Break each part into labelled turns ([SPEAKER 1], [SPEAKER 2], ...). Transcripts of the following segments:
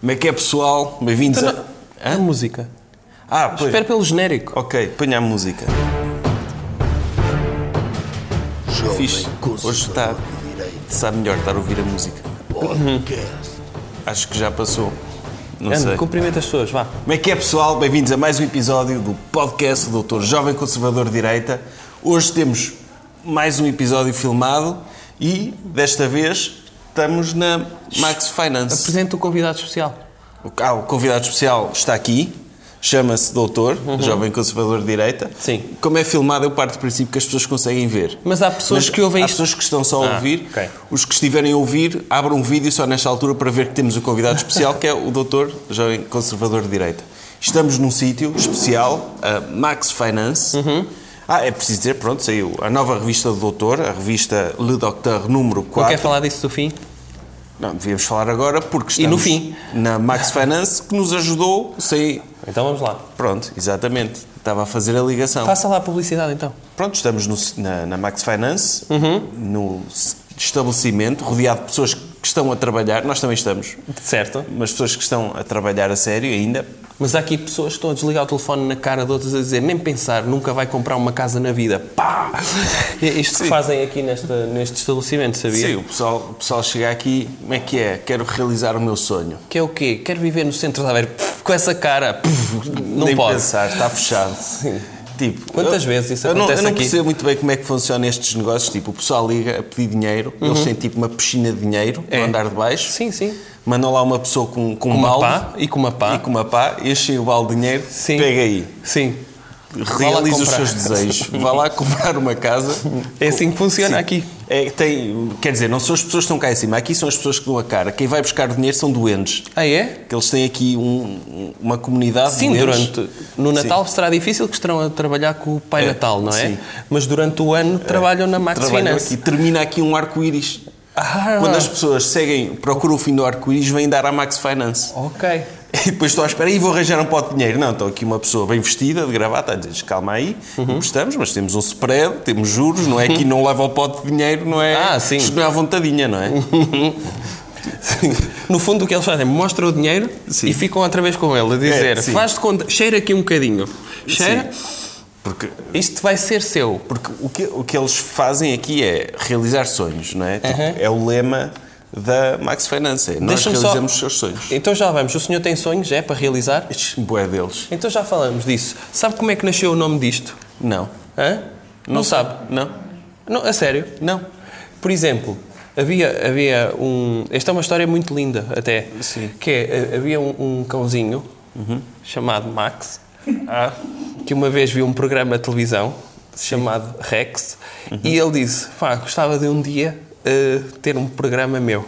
[SPEAKER 1] Como é que é, pessoal? Bem-vindos
[SPEAKER 2] Então,
[SPEAKER 1] a...
[SPEAKER 2] A
[SPEAKER 1] Hã?
[SPEAKER 2] música.
[SPEAKER 1] Ah, pois.
[SPEAKER 2] Espero pelo genérico.
[SPEAKER 1] Ok, ponha a música. Fixe. Hoje está... Sabe melhor estar a ouvir a música. Acho que já passou. Não sei.
[SPEAKER 2] Anda, cumprimenta as pessoas, vá.
[SPEAKER 1] Como é que é, pessoal? Bem-vindos a mais um episódio do podcast do Doutor Jovem Conservador de Direita. Hoje temos mais um episódio filmado e, desta vez, estamos na Max Finance.
[SPEAKER 2] Apresenta o convidado especial.
[SPEAKER 1] O ah, o convidado especial está aqui, chama-se Doutor, Jovem Conservador de Direita.
[SPEAKER 2] Uhum. Sim.
[SPEAKER 1] Como é filmado, eu parto do princípio que as pessoas conseguem ver.
[SPEAKER 2] Mas há pessoas
[SPEAKER 1] Mas
[SPEAKER 2] que ouvem
[SPEAKER 1] há
[SPEAKER 2] isto.
[SPEAKER 1] pessoas que estão só a
[SPEAKER 2] Ah,
[SPEAKER 1] ouvir.
[SPEAKER 2] ok.
[SPEAKER 1] Os que estiverem a ouvir, abram um vídeo só nesta altura para ver que temos o convidado especial, que é o doutor jovem conservador de direita. Estamos num sítio especial, a Max Finance.
[SPEAKER 2] Uhum.
[SPEAKER 1] Ah, é preciso dizer, pronto, saiu a nova revista do doutor, a revista Le Docteur número 4.
[SPEAKER 2] Não quer falar disso do fim?
[SPEAKER 1] Não, devíamos falar agora porque estamos
[SPEAKER 2] no fim.
[SPEAKER 1] na Max Finance, que nos ajudou, sei...
[SPEAKER 2] Então vamos lá.
[SPEAKER 1] Pronto, exatamente. Estava a fazer a ligação.
[SPEAKER 2] Faça lá a publicidade então.
[SPEAKER 1] Pronto, estamos no- na, na Max Finance,
[SPEAKER 2] Uhum.
[SPEAKER 1] no s- estabelecimento, rodeado de pessoas que estão a trabalhar, nós também estamos,
[SPEAKER 2] Certo.
[SPEAKER 1] mas pessoas que estão a trabalhar a sério ainda.
[SPEAKER 2] Mas há aqui pessoas que estão a desligar o telefone na cara de outras a dizer nem pensar, nunca vai comprar uma casa na vida. Pá! É Isto que fazem aqui nesta, neste estabelecimento, sabia?
[SPEAKER 1] Sim, o pessoal, o pessoal chega aqui, como é que é? Quero realizar o meu sonho.
[SPEAKER 2] Que é o quê? Quero viver no centro da Aveiro Pff, com essa cara. Pff, não
[SPEAKER 1] Nem
[SPEAKER 2] pode.
[SPEAKER 1] pensar, está fechado. Tipo,
[SPEAKER 2] Quantas vezes isso
[SPEAKER 1] eu não,
[SPEAKER 2] acontece
[SPEAKER 1] Eu não
[SPEAKER 2] aqui?
[SPEAKER 1] percebo muito bem como é que funcionam estes negócios. Tipo, o pessoal liga a pedir dinheiro, eles têm tipo uma piscina de dinheiro
[SPEAKER 2] Uhum. É.
[SPEAKER 1] no andar de baixo,
[SPEAKER 2] Sim, sim.
[SPEAKER 1] mandam lá uma pessoa com, com, um
[SPEAKER 2] Com uma
[SPEAKER 1] balde
[SPEAKER 2] pá e com uma pá.
[SPEAKER 1] e com uma pá, enchem o balde de dinheiro,
[SPEAKER 2] Sim.
[SPEAKER 1] pega aí.
[SPEAKER 2] Sim. lá
[SPEAKER 1] realiza os
[SPEAKER 2] comprar.
[SPEAKER 1] seus desejos. Vá lá comprar uma casa.
[SPEAKER 2] É assim que funciona aqui.
[SPEAKER 1] É, tem, quer dizer, não são as pessoas que estão cá em cima, aqui são as pessoas que dão a cara. Quem vai buscar o dinheiro são doentes.
[SPEAKER 2] Ah, é?
[SPEAKER 1] Que eles têm aqui um- uma comunidade
[SPEAKER 2] Sim,
[SPEAKER 1] de doentes.
[SPEAKER 2] durante. No Natal será difícil que estarão a trabalhar com o Pai
[SPEAKER 1] É,
[SPEAKER 2] Natal, não é?
[SPEAKER 1] sim. É,
[SPEAKER 2] Mas durante o ano trabalham na Max
[SPEAKER 1] Trabalham
[SPEAKER 2] Finance.
[SPEAKER 1] aqui. Termina aqui um arco-íris.
[SPEAKER 2] Ah,
[SPEAKER 1] Quando as pessoas seguem, procuram o fim do arco-íris, vêm dar à Max Finance.
[SPEAKER 2] Ok.
[SPEAKER 1] E depois estou à espera, e vou arranjar um pote de dinheiro. Não, estou aqui uma pessoa bem vestida, de gravata, a dizer, calma aí,
[SPEAKER 2] Uhum.
[SPEAKER 1] emprestamos, mas temos um spread, temos juros, não é que não leva o pote de dinheiro, não é?
[SPEAKER 2] Ah, sim. Uhum.
[SPEAKER 1] Isto não é à vontadinha, não é?
[SPEAKER 2] No fundo, o que eles fazem? Mostram o dinheiro
[SPEAKER 1] Sim.
[SPEAKER 2] e ficam outra vez com ele a dizer:
[SPEAKER 1] É, sim.
[SPEAKER 2] faz de conta, cheira aqui um bocadinho. Cheira,
[SPEAKER 1] Porque,
[SPEAKER 2] isto vai ser seu.
[SPEAKER 1] porque o, que, o que eles fazem aqui é realizar sonhos, não é? Tipo, é o lema da Max Finance, é, nós
[SPEAKER 2] Uhum. Deixa-me só-
[SPEAKER 1] realizamos os seus sonhos.
[SPEAKER 2] Então já vamos, o senhor tem sonhos, é para realizar?
[SPEAKER 1] Estes boé deles.
[SPEAKER 2] Então já falamos disso. Sabe como é que nasceu o nome disto?
[SPEAKER 1] Não.
[SPEAKER 2] Hã? Não, sabe?
[SPEAKER 1] Não.
[SPEAKER 2] Não, a sério? Não. Por exemplo, havia, havia um. Esta é uma história muito linda, até.
[SPEAKER 1] Sim.
[SPEAKER 2] Que é, eh, havia um, um cãozinho chamado Max, que uma vez viu um programa de televisão chamado Rex, e ele disse: Pá, gostava de um dia eh, ter um programa meu.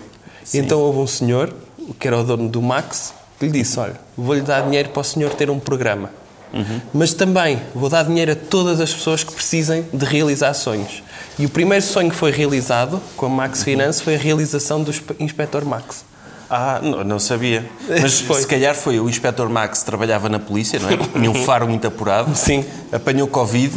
[SPEAKER 2] E então houve um senhor, que era o dono do Max, que lhe disse: Olha, vou-lhe dar dinheiro para o senhor ter um programa.
[SPEAKER 1] Uhum.
[SPEAKER 2] Mas também vou dar dinheiro a todas as pessoas que precisem de realizar sonhos. E o primeiro sonho que foi realizado com a
[SPEAKER 1] Uhum.
[SPEAKER 2] Max Finance foi a realização do inspe- Inspector Max.
[SPEAKER 1] Ah, não, não sabia. Mas
[SPEAKER 2] Foi.
[SPEAKER 1] se calhar foi o Inspetor Max que trabalhava na polícia, não é? Tinha um faro muito apurado.
[SPEAKER 2] Sim.
[SPEAKER 1] Apanhou Covid,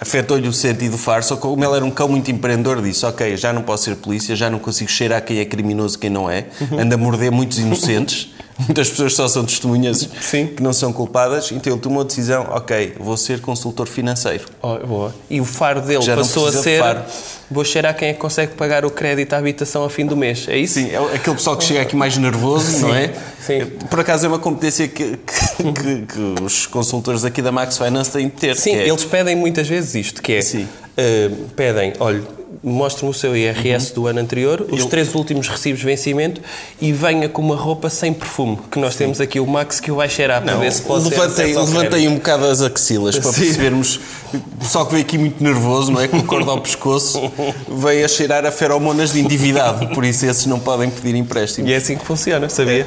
[SPEAKER 1] afetou-lhe o sentido do faro, só que como ele era um cão muito empreendedor, disse, ok, já não posso ser polícia, já não consigo cheirar quem é criminoso e quem não é,
[SPEAKER 2] Uhum.
[SPEAKER 1] anda a morder muitos inocentes, muitas pessoas só são testemunhas
[SPEAKER 2] Sim.
[SPEAKER 1] que não são culpadas, então ele tomou a decisão, ok, vou ser consultor financeiro.
[SPEAKER 2] Oh, boa. E o faro dele
[SPEAKER 1] Já não
[SPEAKER 2] passou a
[SPEAKER 1] precisa de
[SPEAKER 2] ser.
[SPEAKER 1] faro.
[SPEAKER 2] Vou cheirar quem é que consegue pagar o crédito à habitação a fim do mês. É isso?
[SPEAKER 1] Sim, é aquele pessoal que chega aqui mais nervoso, não é?
[SPEAKER 2] sim.
[SPEAKER 1] Por acaso é uma competência que, que- que- que os consultores aqui da Max Finance têm de ter.
[SPEAKER 2] Sim,
[SPEAKER 1] que é-
[SPEAKER 2] eles pedem muitas vezes isto, que é...
[SPEAKER 1] Sim.
[SPEAKER 2] eh, pedem, olha, mostre-me o seu IRS
[SPEAKER 1] Uhum.
[SPEAKER 2] do ano anterior, os três últimos recibos de vencimento e venha com uma roupa sem perfume, que nós temos aqui o Max que o vai cheirar para
[SPEAKER 1] Não,
[SPEAKER 2] ver se pode ser...
[SPEAKER 1] levantei,
[SPEAKER 2] acesso ao
[SPEAKER 1] levantei um bocado as axilas para
[SPEAKER 2] Sim.
[SPEAKER 1] percebermos. O pessoal que veio aqui muito nervoso, não é? Com o corda ao pescoço, veio a cheirar a feromonas de endividado. Por isso, esses não podem pedir empréstimo.
[SPEAKER 2] E é assim que funciona, sabia?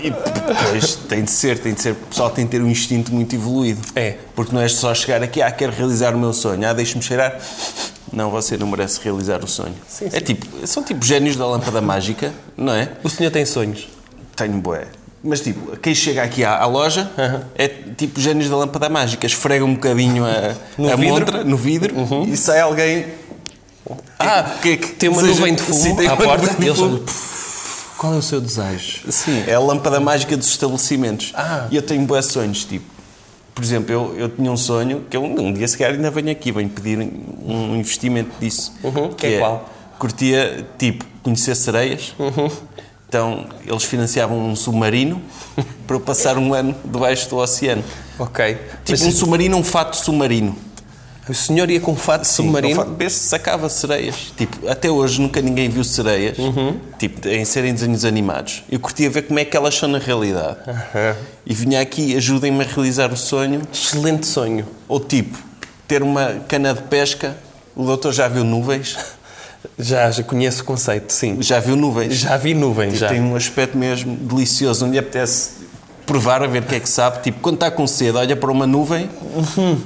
[SPEAKER 1] E depois tem de ser, tem de ser. O pessoal tem de ter um instinto muito evoluído.
[SPEAKER 2] É.
[SPEAKER 1] Porque não é só chegar aqui, ah, quero realizar o meu sonho, ah, deixe-me cheirar. Não, você não merece realizar o sonho.
[SPEAKER 2] Sim,
[SPEAKER 1] É
[SPEAKER 2] sim.
[SPEAKER 1] tipo, são tipo gênios da lâmpada mágica, não é?
[SPEAKER 2] O senhor tem sonhos.
[SPEAKER 1] Tenho boé. Mas tipo, quem chega aqui à, à loja é tipo gênios da lâmpada mágica. Esfrega um bocadinho a,
[SPEAKER 2] No
[SPEAKER 1] a
[SPEAKER 2] vidro.
[SPEAKER 1] montra no vidro e sai alguém.
[SPEAKER 2] Ah,
[SPEAKER 1] que- que-
[SPEAKER 2] tem uma
[SPEAKER 1] deseja-
[SPEAKER 2] nuvem de fumo
[SPEAKER 1] Sim, tem
[SPEAKER 2] à
[SPEAKER 1] uma
[SPEAKER 2] porta
[SPEAKER 1] nuvem de
[SPEAKER 2] e eles
[SPEAKER 1] fumo. qual é o seu desejo?
[SPEAKER 2] Sim.
[SPEAKER 1] É a lâmpada mágica dos estabelecimentos.
[SPEAKER 2] Ah.
[SPEAKER 1] E eu tenho boas sonhos, tipo... Por exemplo, eu, eu tinha um sonho que eu um dia sequer ainda venho aqui, venho pedir um investimento disso.
[SPEAKER 2] Uhum. Que é qual? Uhum.
[SPEAKER 1] Curtia, tipo, conhecer sereias. Então, eles financiavam um submarino para eu passar um ano debaixo do oceano.
[SPEAKER 2] Ok.
[SPEAKER 1] Tipo um submarino, um fato submarino.
[SPEAKER 2] Mas o senhor ia com um fato submarino?
[SPEAKER 1] Vê-se sacava sereias. Tipo, até hoje nunca ninguém viu sereias,
[SPEAKER 2] Uhum.
[SPEAKER 1] tipo, em serem desenhos animados. Eu curtia ver como é que elas são na realidade.
[SPEAKER 2] Aham.
[SPEAKER 1] E vinha aqui, ajudem-me a realizar o sonho.
[SPEAKER 2] Excelente sonho.
[SPEAKER 1] Ou tipo, ter uma cana de pesca. O doutor já viu nuvens?
[SPEAKER 2] Já, já conheço o conceito, sim.
[SPEAKER 1] Já viu nuvens.
[SPEAKER 2] Já vi nuvens, já.
[SPEAKER 1] Tem um aspecto mesmo delicioso, onde lhe apetece provar a ver o que é que sabe. Tipo, quando está com sede, olha para uma nuvem.
[SPEAKER 2] Uhum.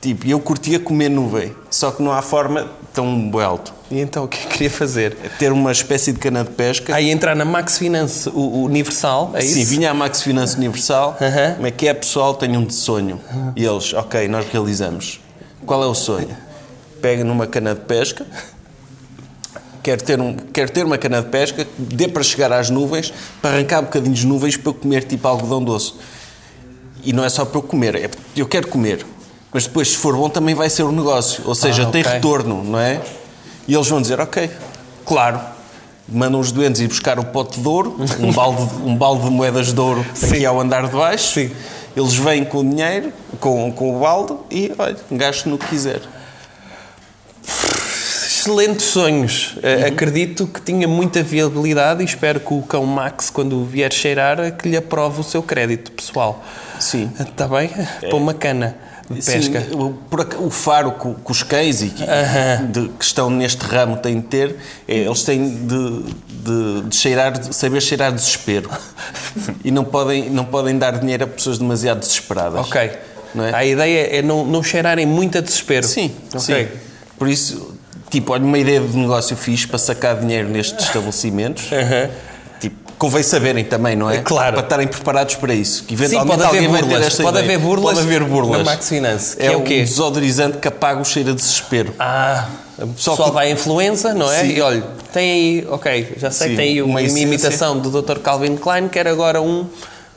[SPEAKER 1] Tipo, eu curtia comer nuvem, só que não há forma tão alto.
[SPEAKER 2] E então o que é que queria fazer?
[SPEAKER 1] Ter uma espécie de cana de pesca.
[SPEAKER 2] Aí entrar na Max Finance o, o Universal, é
[SPEAKER 1] Sim,
[SPEAKER 2] Ah, isso?
[SPEAKER 1] vinha a Max Finance Universal.
[SPEAKER 2] Aham.
[SPEAKER 1] Como é que é, pessoal? Tenho um sonho. E eles, ok, nós realizamos. Qual é o sonho? Pega numa cana de pesca. Quero ter, um, quero ter uma cana de pesca que dê para chegar às nuvens, para arrancar bocadinhos de nuvens para eu comer tipo algodão doce. E não é só para eu comer, é porque eu quero comer. Mas depois, se for bom, também vai ser um negócio. Ou seja,
[SPEAKER 2] Ah,
[SPEAKER 1] tem
[SPEAKER 2] ok.
[SPEAKER 1] retorno, não é? E eles vão dizer, ok, claro. Mandam os doentes ir buscar o pote de ouro, um balde, um balde de moedas de ouro aqui ao andar de baixo.
[SPEAKER 2] Sim.
[SPEAKER 1] Eles vêm com o dinheiro, com, com o balde e, olha, gasto no que quiser.
[SPEAKER 2] Excelentes sonhos.
[SPEAKER 1] Uhum.
[SPEAKER 2] Eh, Acredito que tinha muita viabilidade e espero que o cão Max, quando o vier cheirar, eh, que lhe aprove o seu crédito pessoal.
[SPEAKER 1] Sim.
[SPEAKER 2] Está bem? Para uma cana de pesca.
[SPEAKER 1] É. Sim, o- por ac- o faro que, o- que os cães e que, de- que estão neste ramo têm de ter, é, eles têm de, de- de cheirar, de saber cheirar desespero. e não podem, não podem dar dinheiro a pessoas demasiado desesperadas.
[SPEAKER 2] Ok.
[SPEAKER 1] Não é?
[SPEAKER 2] A ideia é não, não cheirarem muito a desespero.
[SPEAKER 1] Sim,
[SPEAKER 2] Ok.
[SPEAKER 1] sim. Por isso, tipo, olha, uma ideia de negócio fixe para sacar dinheiro nestes estabelecimentos.
[SPEAKER 2] Aham.
[SPEAKER 1] Tipo, convém saberem também, não é?
[SPEAKER 2] Claro.
[SPEAKER 1] Para estarem preparados para isso. Que
[SPEAKER 2] Sim,
[SPEAKER 1] eventualmente
[SPEAKER 2] pode haver
[SPEAKER 1] alguém vai ter
[SPEAKER 2] burlas.
[SPEAKER 1] esta
[SPEAKER 2] Pode
[SPEAKER 1] ideia.
[SPEAKER 2] haver burlas,
[SPEAKER 1] Pode haver burlas.
[SPEAKER 2] na Max Finance. Que
[SPEAKER 1] é,
[SPEAKER 2] é o
[SPEAKER 1] um
[SPEAKER 2] quê?
[SPEAKER 1] desodorizante que apaga o cheiro a desespero.
[SPEAKER 2] Ah, o pessoal
[SPEAKER 1] que-
[SPEAKER 2] vai à influenza, não é?
[SPEAKER 1] Sim.
[SPEAKER 2] E olha, tem aí, ok, já sei,
[SPEAKER 1] Sim,
[SPEAKER 2] tem aí uma,
[SPEAKER 1] uma essência.
[SPEAKER 2] imitação do Dr. Calvin Klein, quero agora um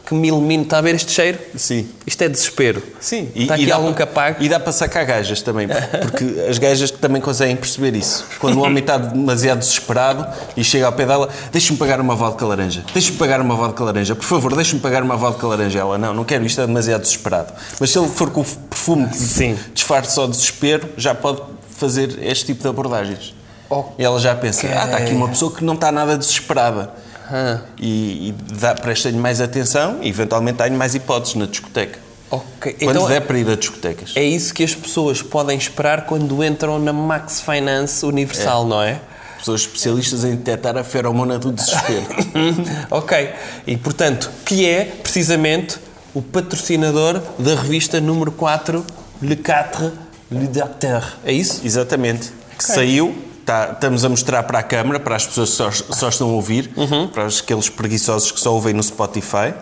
[SPEAKER 2] que me ilumine. Está a ver este cheiro?
[SPEAKER 1] Sim.
[SPEAKER 2] Isto é desespero.
[SPEAKER 1] Sim.
[SPEAKER 2] Está Tá aqui
[SPEAKER 1] dá
[SPEAKER 2] algum
[SPEAKER 1] pa-
[SPEAKER 2] capago.
[SPEAKER 1] E dá para sacar gajas também, porque as gajas também conseguem perceber isso. Quando o homem está demasiado desesperado e chega ao pé dela, deixa-me pagar uma vodka laranja, deixa-me pagar uma vodka laranja, por favor, deixa-me pagar uma vodka laranja. Ela, não, não quero, isto é demasiado desesperado. Mas se ele for com o perfume que
[SPEAKER 2] Sim.
[SPEAKER 1] disfarce só desespero, já pode fazer este tipo de abordagens.
[SPEAKER 2] Ok.
[SPEAKER 1] E ela já pensa, ah, está aqui uma pessoa que não está nada desesperada.
[SPEAKER 2] Ah,
[SPEAKER 1] E, e dá- presta-lhe mais atenção e eventualmente dá-lhe mais hipóteses na discoteca.
[SPEAKER 2] ok.
[SPEAKER 1] Quando
[SPEAKER 2] Então,
[SPEAKER 1] der para ir a discotecas.
[SPEAKER 2] é isso que as pessoas podem esperar quando entram na Max Finance Universal, não é?
[SPEAKER 1] Pessoas especialistas em detectar a feromona do desespero.
[SPEAKER 2] ok. E portanto, que é precisamente o patrocinador da revista número 4, Le 4, Le Docteur. É isso?
[SPEAKER 1] Exatamente. Que saiu, tá- estamos a mostrar para a câmara, para as pessoas que só, só estão a ouvir,
[SPEAKER 2] Uhum.
[SPEAKER 1] para os- aqueles preguiçosos que só ouvem no Spotify.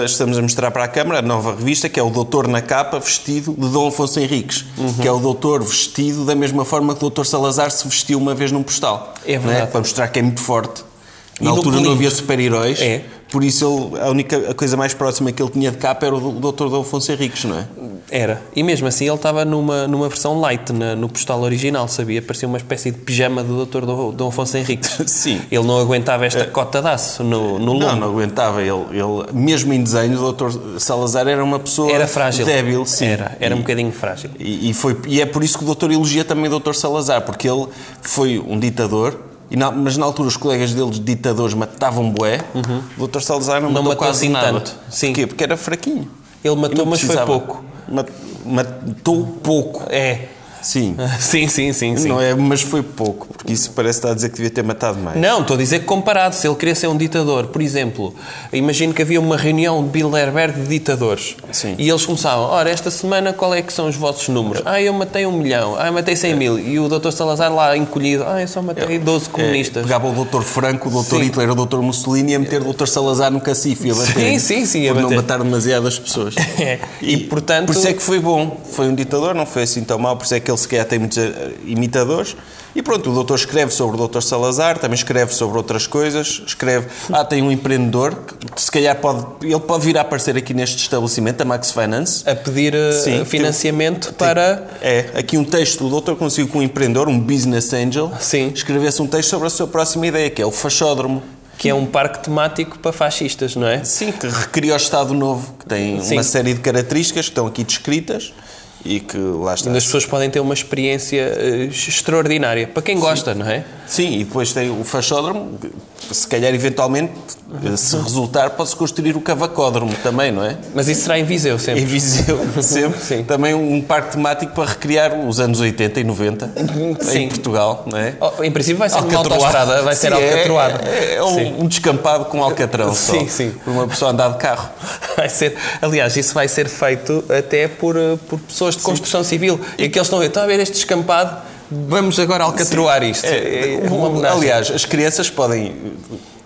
[SPEAKER 1] Uh, estamos a mostrar para a câmara a nova revista, que é o Doutor na Capa, vestido de Dom Afonso Henriques,
[SPEAKER 2] Uhum.
[SPEAKER 1] que é o Doutor vestido da mesma forma que o Doutor Salazar se vestiu uma vez num postal.
[SPEAKER 2] É
[SPEAKER 1] Não
[SPEAKER 2] verdade.
[SPEAKER 1] Para mostrar que é muito forte.
[SPEAKER 2] E
[SPEAKER 1] Na
[SPEAKER 2] no
[SPEAKER 1] altura não
[SPEAKER 2] polígono.
[SPEAKER 1] havia super-heróis,
[SPEAKER 2] É.
[SPEAKER 1] por isso ele- a única a coisa mais próxima que ele tinha de capa era o Doutor Dom Afonso Henriques, não é?
[SPEAKER 2] Era. E mesmo assim ele estava numa, numa versão light, na- no postal original, sabia? Parecia uma espécie de pijama do Dr. Dom, Dom Afonso Henriques.
[SPEAKER 1] Sim.
[SPEAKER 2] Ele não aguentava esta cota de aço no, no
[SPEAKER 1] Não,
[SPEAKER 2] lombo.
[SPEAKER 1] não aguentava. Ele, ele- mesmo em desenho, o Dr. Salazar era uma pessoa
[SPEAKER 2] Era frágil.
[SPEAKER 1] débil, sim.
[SPEAKER 2] Era, era um bocadinho frágil.
[SPEAKER 1] E, e foi, e é por isso que o Dr. elogia também o Dr. Salazar, porque ele foi um ditador, e na- mas na altura os colegas deles, ditadores, matavam bué. O Dr. Salazar não, matou,
[SPEAKER 2] Uhum. matou
[SPEAKER 1] quase
[SPEAKER 2] assim
[SPEAKER 1] nada.
[SPEAKER 2] tanto, sim.
[SPEAKER 1] Porquê? Porque era fraquinho.
[SPEAKER 2] Ele
[SPEAKER 1] E não
[SPEAKER 2] matou, mas foi
[SPEAKER 1] precisava.
[SPEAKER 2] pouco.
[SPEAKER 1] Mat- Matou pouco.
[SPEAKER 2] É.
[SPEAKER 1] Sim.
[SPEAKER 2] Sim, sim, sim, sim.
[SPEAKER 1] Não é, mas foi pouco, porque isso parece estar a dizer que devia ter matado mais.
[SPEAKER 2] Não, estou a dizer que comparado, se ele queria ser um ditador, por exemplo, imagino que havia uma reunião de Bilderberg de ditadores.
[SPEAKER 1] Sim.
[SPEAKER 2] E eles começavam, ora, esta semana qual é que são os vossos números? Ah, eu matei um milhão, ah, eu matei cem mil. E o Dr Salazar lá encolhido, ah, eu só matei 12
[SPEAKER 1] É,
[SPEAKER 2] comunistas.
[SPEAKER 1] pegava o Dr. Franco, o Dr.
[SPEAKER 2] Sim.
[SPEAKER 1] Hitler, o Dr. Mussolini e a meter o Dr. Salazar no cacife e a bater.
[SPEAKER 2] Sim, sim, sim, a
[SPEAKER 1] Por não
[SPEAKER 2] bater.
[SPEAKER 1] matar demasiadas pessoas.
[SPEAKER 2] É, e, portanto-
[SPEAKER 1] Por isso é que foi bom. Foi um ditador, não foi assim tão mau. Por isso é que ele ele se calhar tem muitos eh, imitadores. E pronto, o doutor escreve sobre o doutor Salazar, também escreve sobre outras coisas, escreve... Ah, tem um empreendedor, que se calhar pode... Ele pode vir a aparecer aqui neste estabelecimento, a Max Finance.
[SPEAKER 2] A pedir eh,
[SPEAKER 1] Sim, tipo-
[SPEAKER 2] financiamento para.
[SPEAKER 1] É, aqui um texto, o doutor conseguiu com um empreendedor, um business angel,
[SPEAKER 2] Sim.
[SPEAKER 1] escrevesse um texto sobre a sua próxima ideia, que é o fachódromo.
[SPEAKER 2] que é um parque temático para fascistas, não é?
[SPEAKER 1] Sim, que recria o Estado Novo, que tem
[SPEAKER 2] Sim.
[SPEAKER 1] uma série de características que estão aqui descritas e que lá está.
[SPEAKER 2] Onde as pessoas podem ter uma experiência eh, extraordinária. Para quem gosta, não é?
[SPEAKER 1] Sim, e depois tem o fachódromo, que, se calhar eventualmente, eh, se resultar, pode-se construir o cavacódromo também, não é?
[SPEAKER 2] Mas isso será em Viseu sempre.
[SPEAKER 1] Em Viseu, sempre.
[SPEAKER 2] É Sim.
[SPEAKER 1] Também um parque temático para recriar os anos 80 e 90
[SPEAKER 2] Sim.
[SPEAKER 1] em Portugal, não é?
[SPEAKER 2] Oh, em princípio vai ser uma
[SPEAKER 1] Alcatroada.
[SPEAKER 2] autoestrada, vai ser
[SPEAKER 1] Sim, é-
[SPEAKER 2] alcatroada.
[SPEAKER 1] É, é um,
[SPEAKER 2] Sim.
[SPEAKER 1] um descampado com alcatrão só.
[SPEAKER 2] Sim, sim.
[SPEAKER 1] Por uma pessoa andar de carro.
[SPEAKER 2] Vai ser, aliás, isso vai ser feito até por, eh, por pessoas de construção civil. E que eles estão a ver, estão a ver este descampado, vamos agora alcatroar isto. É, uma homenagem.
[SPEAKER 1] Aliás, as crianças podem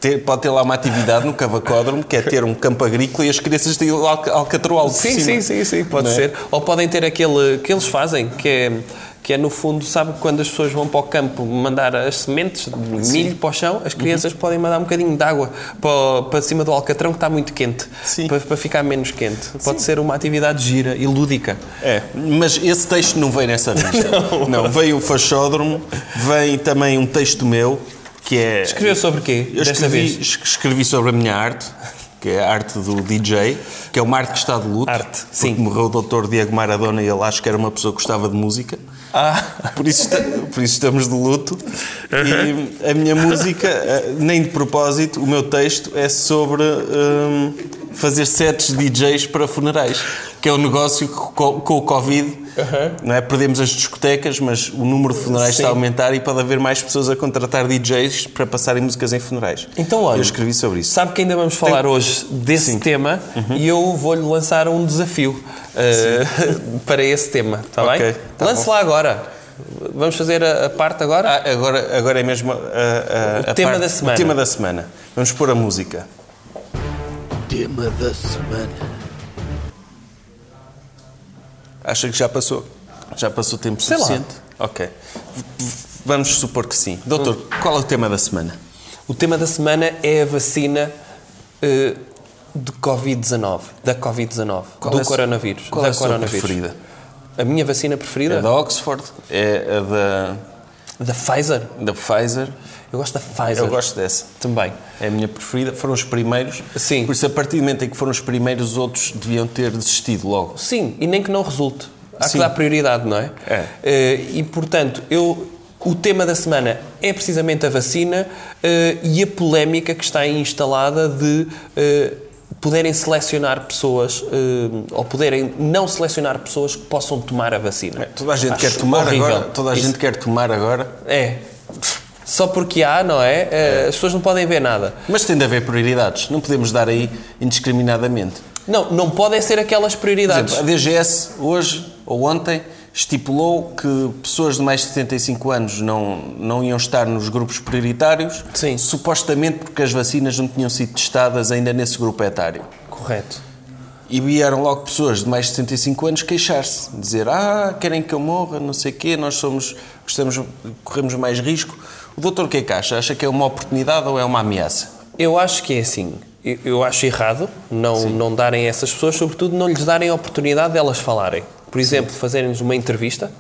[SPEAKER 1] ter, pode ter lá uma atividade no cavacódromo, que é ter um campo agrícola e as crianças têm lá alca- alcatroal por
[SPEAKER 2] Sim,
[SPEAKER 1] cima.
[SPEAKER 2] sim, sim, sim, pode
[SPEAKER 1] Não é?
[SPEAKER 2] ser. Ou podem ter aquele que eles fazem, que é, que é no fundo, sabe quando as pessoas vão para o campo mandar as sementes de milho para o chão, as crianças podem mandar um bocadinho de água para, o- para cima do alcatrão que está muito quente,
[SPEAKER 1] Sim.
[SPEAKER 2] Para, para ficar menos quente. Pode ser uma atividade gira e lúdica.
[SPEAKER 1] É, mas esse texto não veio nessa lista. não. veio o fachódromo, vem também um texto meu, que é...
[SPEAKER 2] Escreveu sobre o quê,
[SPEAKER 1] Eu
[SPEAKER 2] desta
[SPEAKER 1] escrevi,
[SPEAKER 2] vez?
[SPEAKER 1] es- escrevi sobre a minha arte, que é a arte do DJ, que é uma arte que está de luto.
[SPEAKER 2] Arte,
[SPEAKER 1] porque
[SPEAKER 2] sim.
[SPEAKER 1] morreu o doutor Diego Maradona e ele acho que era uma pessoa que gostava de música.
[SPEAKER 2] Ah,
[SPEAKER 1] Por isso, esta- por isso estamos de luto. E a minha música, eh, nem de propósito, o meu texto é sobre hum, fazer sets de DJs para funerais, que é um negócio que co- com o Covid. Não é? Perdemos as discotecas, mas o número de funerais está a
[SPEAKER 2] Sim.
[SPEAKER 1] aumentar e pode haver mais pessoas a contratar DJs para passarem músicas em funerais.
[SPEAKER 2] Então, olha,
[SPEAKER 1] Eu escrevi sobre isso.
[SPEAKER 2] Sabe que ainda vamos falar hoje desse tema
[SPEAKER 1] Uhum.
[SPEAKER 2] e eu vou-lhe lançar um desafio uh, para esse tema, está
[SPEAKER 1] Ok,
[SPEAKER 2] bem?
[SPEAKER 1] tá
[SPEAKER 2] Lance lá agora. Vamos fazer a, a parte agora?
[SPEAKER 1] Ah, agora, agora é mesmo a- a- a-
[SPEAKER 2] O
[SPEAKER 1] a
[SPEAKER 2] tema da semana.
[SPEAKER 1] o tema da semana. Vamos pôr a música.
[SPEAKER 3] Tema da semana.
[SPEAKER 1] Acha que já passou? Já passou tempo
[SPEAKER 2] Sei lá.
[SPEAKER 1] suficiente? Ok. V- v- Vamos supor que sim. Doutor, qual é o tema da semana?
[SPEAKER 2] O tema da semana é a vacina eh, de Covid-19, da Covid-19,
[SPEAKER 1] Qual
[SPEAKER 2] do
[SPEAKER 1] é a su-
[SPEAKER 2] coronavírus.
[SPEAKER 1] qual
[SPEAKER 2] da
[SPEAKER 1] é a sua
[SPEAKER 2] coronavírus.
[SPEAKER 1] preferida?
[SPEAKER 2] A minha vacina
[SPEAKER 1] É
[SPEAKER 2] preferida?
[SPEAKER 1] da Oxford? É a da,
[SPEAKER 2] da Pfizer.
[SPEAKER 1] da Pfizer?
[SPEAKER 2] Eu gosto da Pfizer.
[SPEAKER 1] Eu gosto dessa.
[SPEAKER 2] também.
[SPEAKER 1] É a minha preferida. Foram os primeiros.
[SPEAKER 2] Sim.
[SPEAKER 1] Por isso, a partir do momento em que foram os primeiros, os outros deviam ter desistido logo.
[SPEAKER 2] Sim, e nem que não resulte. Há que
[SPEAKER 1] Sim.
[SPEAKER 2] dar prioridade, não é?
[SPEAKER 1] É.
[SPEAKER 2] Eh, e, portanto, eu, o tema da semana é precisamente a vacina eh, e a polémica que está aí instalada de eh, poderem selecionar pessoas eh, ou poderem não selecionar pessoas que possam tomar a vacina.
[SPEAKER 1] Toda a gente
[SPEAKER 2] Acho
[SPEAKER 1] quer tomar
[SPEAKER 2] horrível.
[SPEAKER 1] agora. Toda a
[SPEAKER 2] Isso.
[SPEAKER 1] gente quer tomar agora.
[SPEAKER 2] É. Só porque há, não é? Eh, As pessoas não podem ver nada.
[SPEAKER 1] Mas tem de haver prioridades. Não podemos dar aí indiscriminadamente.
[SPEAKER 2] Não, não podem ser aquelas
[SPEAKER 1] Por
[SPEAKER 2] prioridades.
[SPEAKER 1] exemplo, a DGS hoje ou ontem estipulou que pessoas de mais de 75 anos não, não iam estar nos grupos prioritários,
[SPEAKER 2] Sim.
[SPEAKER 1] supostamente porque as vacinas não tinham sido testadas ainda nesse grupo etário.
[SPEAKER 2] Correto.
[SPEAKER 1] E vieram logo pessoas de mais de 75 anos queixar-se, dizer: Ah, querem que eu morra, não sei o quê, nós somos, gostamos, corremos mais risco. O doutor o que é que acha? Acha que é uma oportunidade ou é uma ameaça?
[SPEAKER 2] Eu acho que é assim. Eu, eu acho errado não, não darem a essas pessoas, sobretudo não lhes darem a oportunidade de elas falarem. Por exemplo, fazerem-nos uma entrevista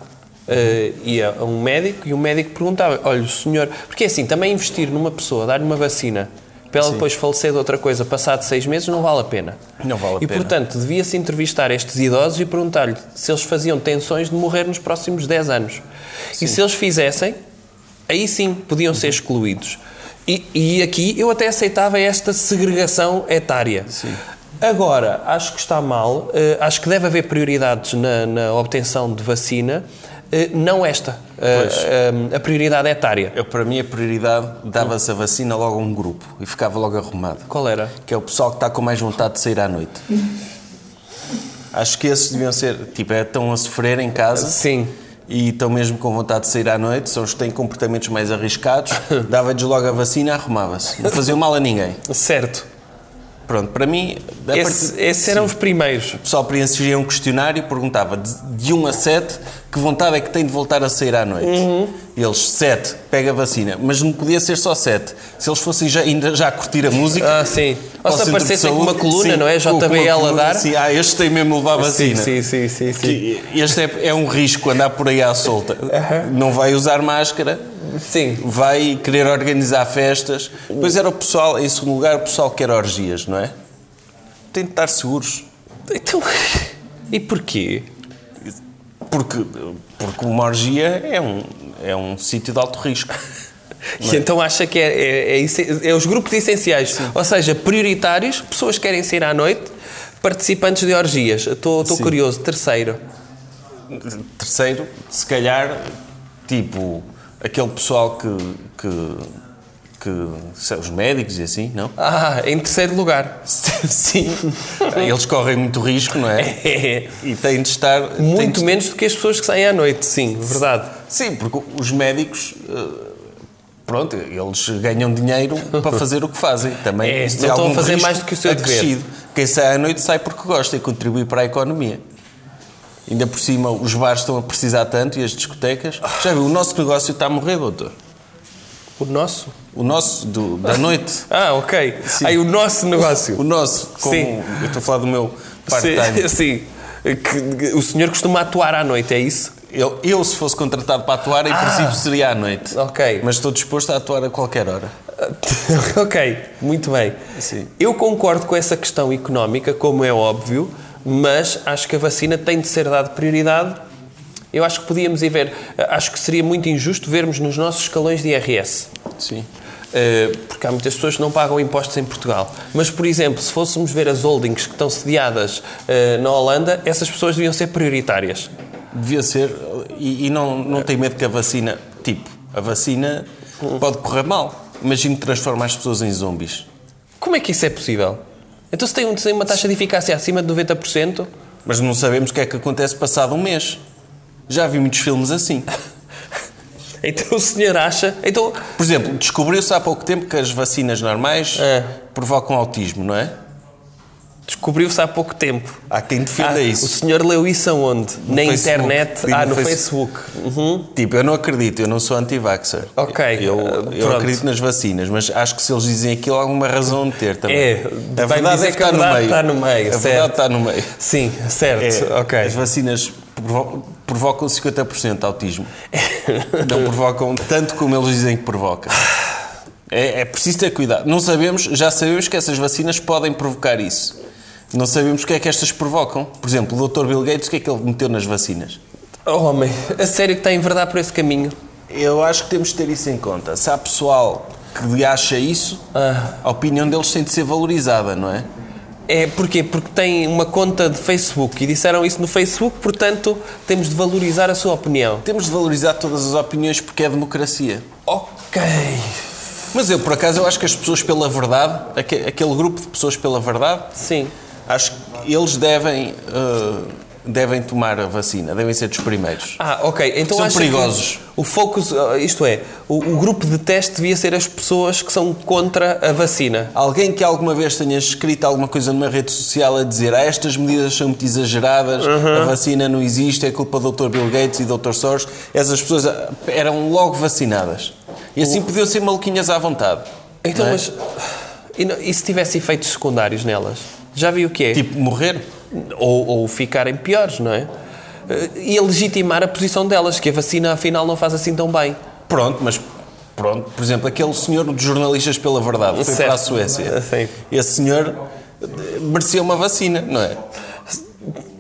[SPEAKER 2] eh, e a, a um médico e o médico perguntava: olha, o senhor. Porque é assim, também investir numa pessoa, dar-lhe uma vacina, para ela depois falecer de outra coisa passado seis meses, não vale a pena.
[SPEAKER 1] Não vale a
[SPEAKER 2] e,
[SPEAKER 1] pena.
[SPEAKER 2] portanto, devia-se entrevistar estes idosos e perguntar-lhe se eles faziam tensões de morrer nos próximos 10 anos. E se eles fizessem, aí sim podiam ser excluídos. E, e aqui eu até aceitava esta segregação etária. Agora, acho que está mal, eh, acho que deve haver prioridades na, na obtenção de vacina, eh, não esta, eh,
[SPEAKER 1] Pois.
[SPEAKER 2] eh, a prioridade etária.
[SPEAKER 1] Eu, para mim, a prioridade dava-se a vacina logo a um grupo e ficava logo arrumado.
[SPEAKER 2] Qual era?
[SPEAKER 1] que é o pessoal que está com mais vontade de sair à noite. Acho que esses deviam ser, tipo, é, estão a sofrer em casa
[SPEAKER 2] Sim.
[SPEAKER 1] e estão mesmo com vontade de sair à noite, são os que têm comportamentos mais arriscados, dava-lhes logo a vacina e arrumava-se. Não fazia mal a ninguém.
[SPEAKER 2] Certo.
[SPEAKER 1] Pronto, para mim... a
[SPEAKER 2] Esse-
[SPEAKER 1] partir-
[SPEAKER 2] esses eram os primeiros.
[SPEAKER 1] O pessoal preenchia um questionário e perguntava de, de 1 a 7 que vontade é que tem de voltar a sair à noite. Eles, 7, pega a vacina. Mas não podia ser só 7. Se eles fossem já, ainda já a curtir a música.
[SPEAKER 2] Ah, sim.
[SPEAKER 1] ao
[SPEAKER 2] Ou
[SPEAKER 1] centro
[SPEAKER 2] se
[SPEAKER 1] de
[SPEAKER 2] aparecessem com
[SPEAKER 1] saúde,
[SPEAKER 2] uma coluna,
[SPEAKER 1] sim,
[SPEAKER 2] não é?
[SPEAKER 1] com- com uma
[SPEAKER 2] JBL a
[SPEAKER 1] coluna,
[SPEAKER 2] dar.
[SPEAKER 1] Sim, ah, este tem mesmo de levar a vacina.
[SPEAKER 2] sim, sim, sim, sim.
[SPEAKER 1] Que este é, é um risco andar por aí à solta. Não vai usar máscara,
[SPEAKER 2] Sim.
[SPEAKER 1] vai querer organizar festas. Depois era o pessoal, em segundo lugar, o pessoal que era orgias, não é? Tem de estar seguros.
[SPEAKER 2] Então, e porquê?
[SPEAKER 1] Porque, porque uma orgia é um, é um sítio de alto risco.
[SPEAKER 2] E então acha que é, é, é essen- é os grupos essenciais, ou seja, prioritários, pessoas que querem sair à noite, participantes de orgias. Estou estou
[SPEAKER 1] Sim.
[SPEAKER 2] curioso. Terceiro.
[SPEAKER 1] Terceiro, se calhar, tipo, aquele pessoal que. que, que sei, os médicos e assim, não?
[SPEAKER 2] Ah, em terceiro lugar.
[SPEAKER 1] Sim. Eles correm muito risco, não é?
[SPEAKER 2] É.
[SPEAKER 1] E têm de estar. têm
[SPEAKER 2] Muito
[SPEAKER 1] de-
[SPEAKER 2] menos do que as pessoas que saem à noite, sim, verdade.
[SPEAKER 1] Sim, porque os médicos. eh, Pronto, eles ganham dinheiro para fazer o que fazem. Também
[SPEAKER 2] É,
[SPEAKER 1] isso
[SPEAKER 2] não
[SPEAKER 1] tem
[SPEAKER 2] estão a
[SPEAKER 1] algum
[SPEAKER 2] fazer
[SPEAKER 1] risco
[SPEAKER 2] mais do que o seu dever.
[SPEAKER 1] acrescido. Quem sai à noite sai porque gosta e contribui para a economia. Ainda por cima, os bares estão a precisar tanto e as discotecas. Já viu, o nosso negócio está a morrer, doutor.
[SPEAKER 2] O nosso?
[SPEAKER 1] O nosso, do- da noite.
[SPEAKER 2] Ah, ok. Aí o nosso negócio.
[SPEAKER 1] O nosso, como.
[SPEAKER 2] Sim.
[SPEAKER 1] Eu estou a falar do meu part-time.
[SPEAKER 2] Sim. sim. Que- que- o senhor costuma atuar à noite, é isso?
[SPEAKER 1] Eu, eu, se fosse contratado para atuar,
[SPEAKER 2] Ah.
[SPEAKER 1] em princípio seria à noite.
[SPEAKER 2] Ok.
[SPEAKER 1] Mas estou disposto a atuar a qualquer hora.
[SPEAKER 2] ok, muito bem.
[SPEAKER 1] Sim.
[SPEAKER 2] Eu concordo com essa questão económica, como é óbvio, mas acho que a vacina tem de ser dada prioridade. Eu acho que podíamos ir ver, acho que seria muito injusto vermos nos nossos escalões de IRS.
[SPEAKER 1] Sim.
[SPEAKER 2] Uh, porque há muitas pessoas que não pagam impostos em Portugal. Mas, por exemplo, se fôssemos ver as holdings que estão sediadas uh, na Holanda, essas pessoas deviam ser prioritárias.
[SPEAKER 1] Devia ser, e, e não, não tem medo que a vacina, tipo, a vacina pode correr mal. Imagino que transforma as pessoas em zombies.
[SPEAKER 2] Como é que isso é possível? Então, se tem, um- tem uma taxa de eficácia acima de 90%,
[SPEAKER 1] Mas não sabemos o que é que acontece passado um mês. Já vi muitos filmes assim.
[SPEAKER 2] então o senhor acha. Então,
[SPEAKER 1] Por exemplo, descobriu-se há pouco tempo que as vacinas normais
[SPEAKER 2] É.
[SPEAKER 1] provocam autismo, não é?
[SPEAKER 2] descobriu-se há pouco tempo.
[SPEAKER 1] Há quem defenda
[SPEAKER 2] Ah,
[SPEAKER 1] é isso.
[SPEAKER 2] O senhor leu isso aonde? na
[SPEAKER 1] Facebook.
[SPEAKER 2] internet?
[SPEAKER 1] Li
[SPEAKER 2] Ah,
[SPEAKER 1] no
[SPEAKER 2] no
[SPEAKER 1] Facebook.
[SPEAKER 2] Facebook.
[SPEAKER 1] Tipo, eu não acredito, eu não sou anti-vaxxer.
[SPEAKER 2] Ok,
[SPEAKER 1] Eu,
[SPEAKER 2] eh,
[SPEAKER 1] eu
[SPEAKER 2] pronto.
[SPEAKER 1] acredito nas vacinas, mas acho que se eles dizem aquilo, há alguma razão de ter também.
[SPEAKER 2] É,
[SPEAKER 1] a
[SPEAKER 2] vai
[SPEAKER 1] verdade
[SPEAKER 2] dizer
[SPEAKER 1] é que
[SPEAKER 2] que a
[SPEAKER 1] está no
[SPEAKER 2] verdade
[SPEAKER 1] meio.
[SPEAKER 2] está no meio,
[SPEAKER 1] A verdade
[SPEAKER 2] certo.
[SPEAKER 1] está no meio.
[SPEAKER 2] Sim, certo.
[SPEAKER 1] É,
[SPEAKER 2] ok.
[SPEAKER 1] As vacinas provo- provocam 50% de autismo. não provocam tanto como eles dizem que provoca. É, é preciso ter cuidado. Não sabemos, já sabemos que essas vacinas podem provocar isso. Não sabemos o que é que estas provocam. Por exemplo, o Dr. Bill Gates, o que é que ele meteu nas vacinas?
[SPEAKER 2] Oh, homem, a sério que está a enverdar por esse caminho?
[SPEAKER 1] Eu acho que temos de ter isso em conta. Se há pessoal que acha isso, a opinião deles tem de ser valorizada, não é?
[SPEAKER 2] É porquê? Porque tem uma conta de Facebook e disseram isso no Facebook, portanto temos de valorizar a sua opinião.
[SPEAKER 1] Temos de valorizar todas as opiniões porque é democracia.
[SPEAKER 2] Ok.
[SPEAKER 1] Mas eu, por acaso, eu acho que as pessoas pela verdade, aque- aquele grupo de pessoas pela verdade,
[SPEAKER 2] Sim.
[SPEAKER 1] acho que eles devem, eh, devem tomar a vacina, devem ser dos primeiros.
[SPEAKER 2] Ah, ok. Então
[SPEAKER 1] São
[SPEAKER 2] acha que
[SPEAKER 1] perigosos.
[SPEAKER 2] O focus, ah, isto é, o, o grupo de teste devia ser as pessoas que são contra a vacina.
[SPEAKER 1] Alguém que alguma vez tenha escrito alguma coisa numa rede social a dizer ah, estas medidas são muito exageradas, a vacina não existe, é culpa do Dr. Bill Gates e do Dr. Soros, essas pessoas ah, eram logo vacinadas. E assim podiam ser maluquinhas à vontade.
[SPEAKER 2] Então,
[SPEAKER 1] não é?
[SPEAKER 2] mas. E, não- e se tivesse efeitos secundários nelas? Já vi o que é?
[SPEAKER 1] Tipo, morrer?
[SPEAKER 2] Ou, ou ficarem piores, não é? Ah, E a legitimar a posição delas, que a vacina afinal não faz assim tão bem.
[SPEAKER 1] Pronto, mas pronto. Por exemplo, aquele senhor dos jornalistas pela verdade, que foi
[SPEAKER 2] Certo. Ah,
[SPEAKER 1] para a Suécia.
[SPEAKER 2] Sim.
[SPEAKER 1] Esse senhor eh, merecia uma vacina, não é?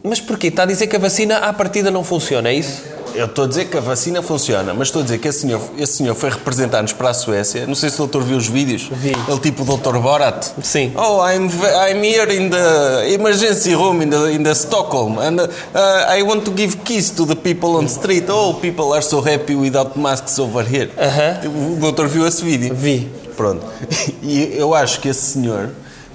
[SPEAKER 2] Mas porquê? Está a dizer que a vacina à partida não funciona, é isso?
[SPEAKER 1] Eu estou a dizer que a vacina funciona, mas estou a dizer que esse senhor, esse senhor foi representar-nos para a Suécia. Não sei se o doutor viu os vídeos.
[SPEAKER 2] Vi.
[SPEAKER 1] Ele tipo o doutor Borat.
[SPEAKER 2] Sim.
[SPEAKER 1] Oh, I'm, ve- I'm here in the emergency room in the, in the Stockholm and uh, I want to give kiss to the people on the street. Oh, people are so happy without masks over here. O doutor viu esse vídeo.
[SPEAKER 2] Vi.
[SPEAKER 1] Pronto. E eu acho que esse senhor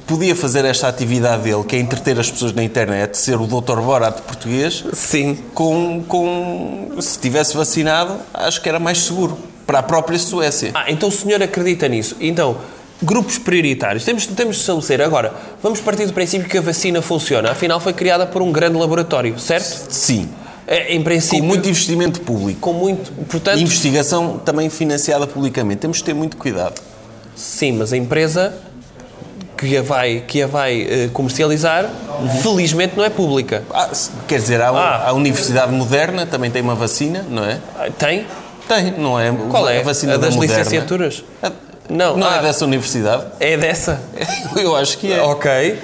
[SPEAKER 1] podia fazer esta atividade dele, que é entreter as pessoas na internet, ser o doutor Borat português,
[SPEAKER 2] Sim.
[SPEAKER 1] com, com se tivesse vacinado, acho que era mais seguro para a própria Suécia.
[SPEAKER 2] Ah, então o senhor acredita nisso. Então, grupos prioritários. Temos, temos de estabelecer agora, vamos partir do princípio que a vacina funciona. Afinal, foi criada por um grande laboratório, certo?
[SPEAKER 1] Sim.
[SPEAKER 2] É, em
[SPEAKER 1] Com
[SPEAKER 2] princípio.
[SPEAKER 1] muito investimento público.
[SPEAKER 2] com muito- Portanto,
[SPEAKER 1] E Investigação também financiada publicamente. Temos de ter muito cuidado.
[SPEAKER 2] sim, mas a empresa que a vai, que a vai eh, comercializar, felizmente não é pública.
[SPEAKER 1] Ah, se- quer dizer, há,
[SPEAKER 2] Ah.
[SPEAKER 1] a Universidade Moderna também tem uma vacina, não é?
[SPEAKER 2] Ah, Tem?
[SPEAKER 1] Tem, não é?
[SPEAKER 2] Qual é?
[SPEAKER 1] A vacina
[SPEAKER 2] A das
[SPEAKER 1] da Moderna.
[SPEAKER 2] licenciaturas?
[SPEAKER 1] Ah,
[SPEAKER 2] Não,
[SPEAKER 1] Não
[SPEAKER 2] ah,
[SPEAKER 1] é dessa universidade?
[SPEAKER 2] é dessa?
[SPEAKER 1] Eu acho que é.
[SPEAKER 2] Ok.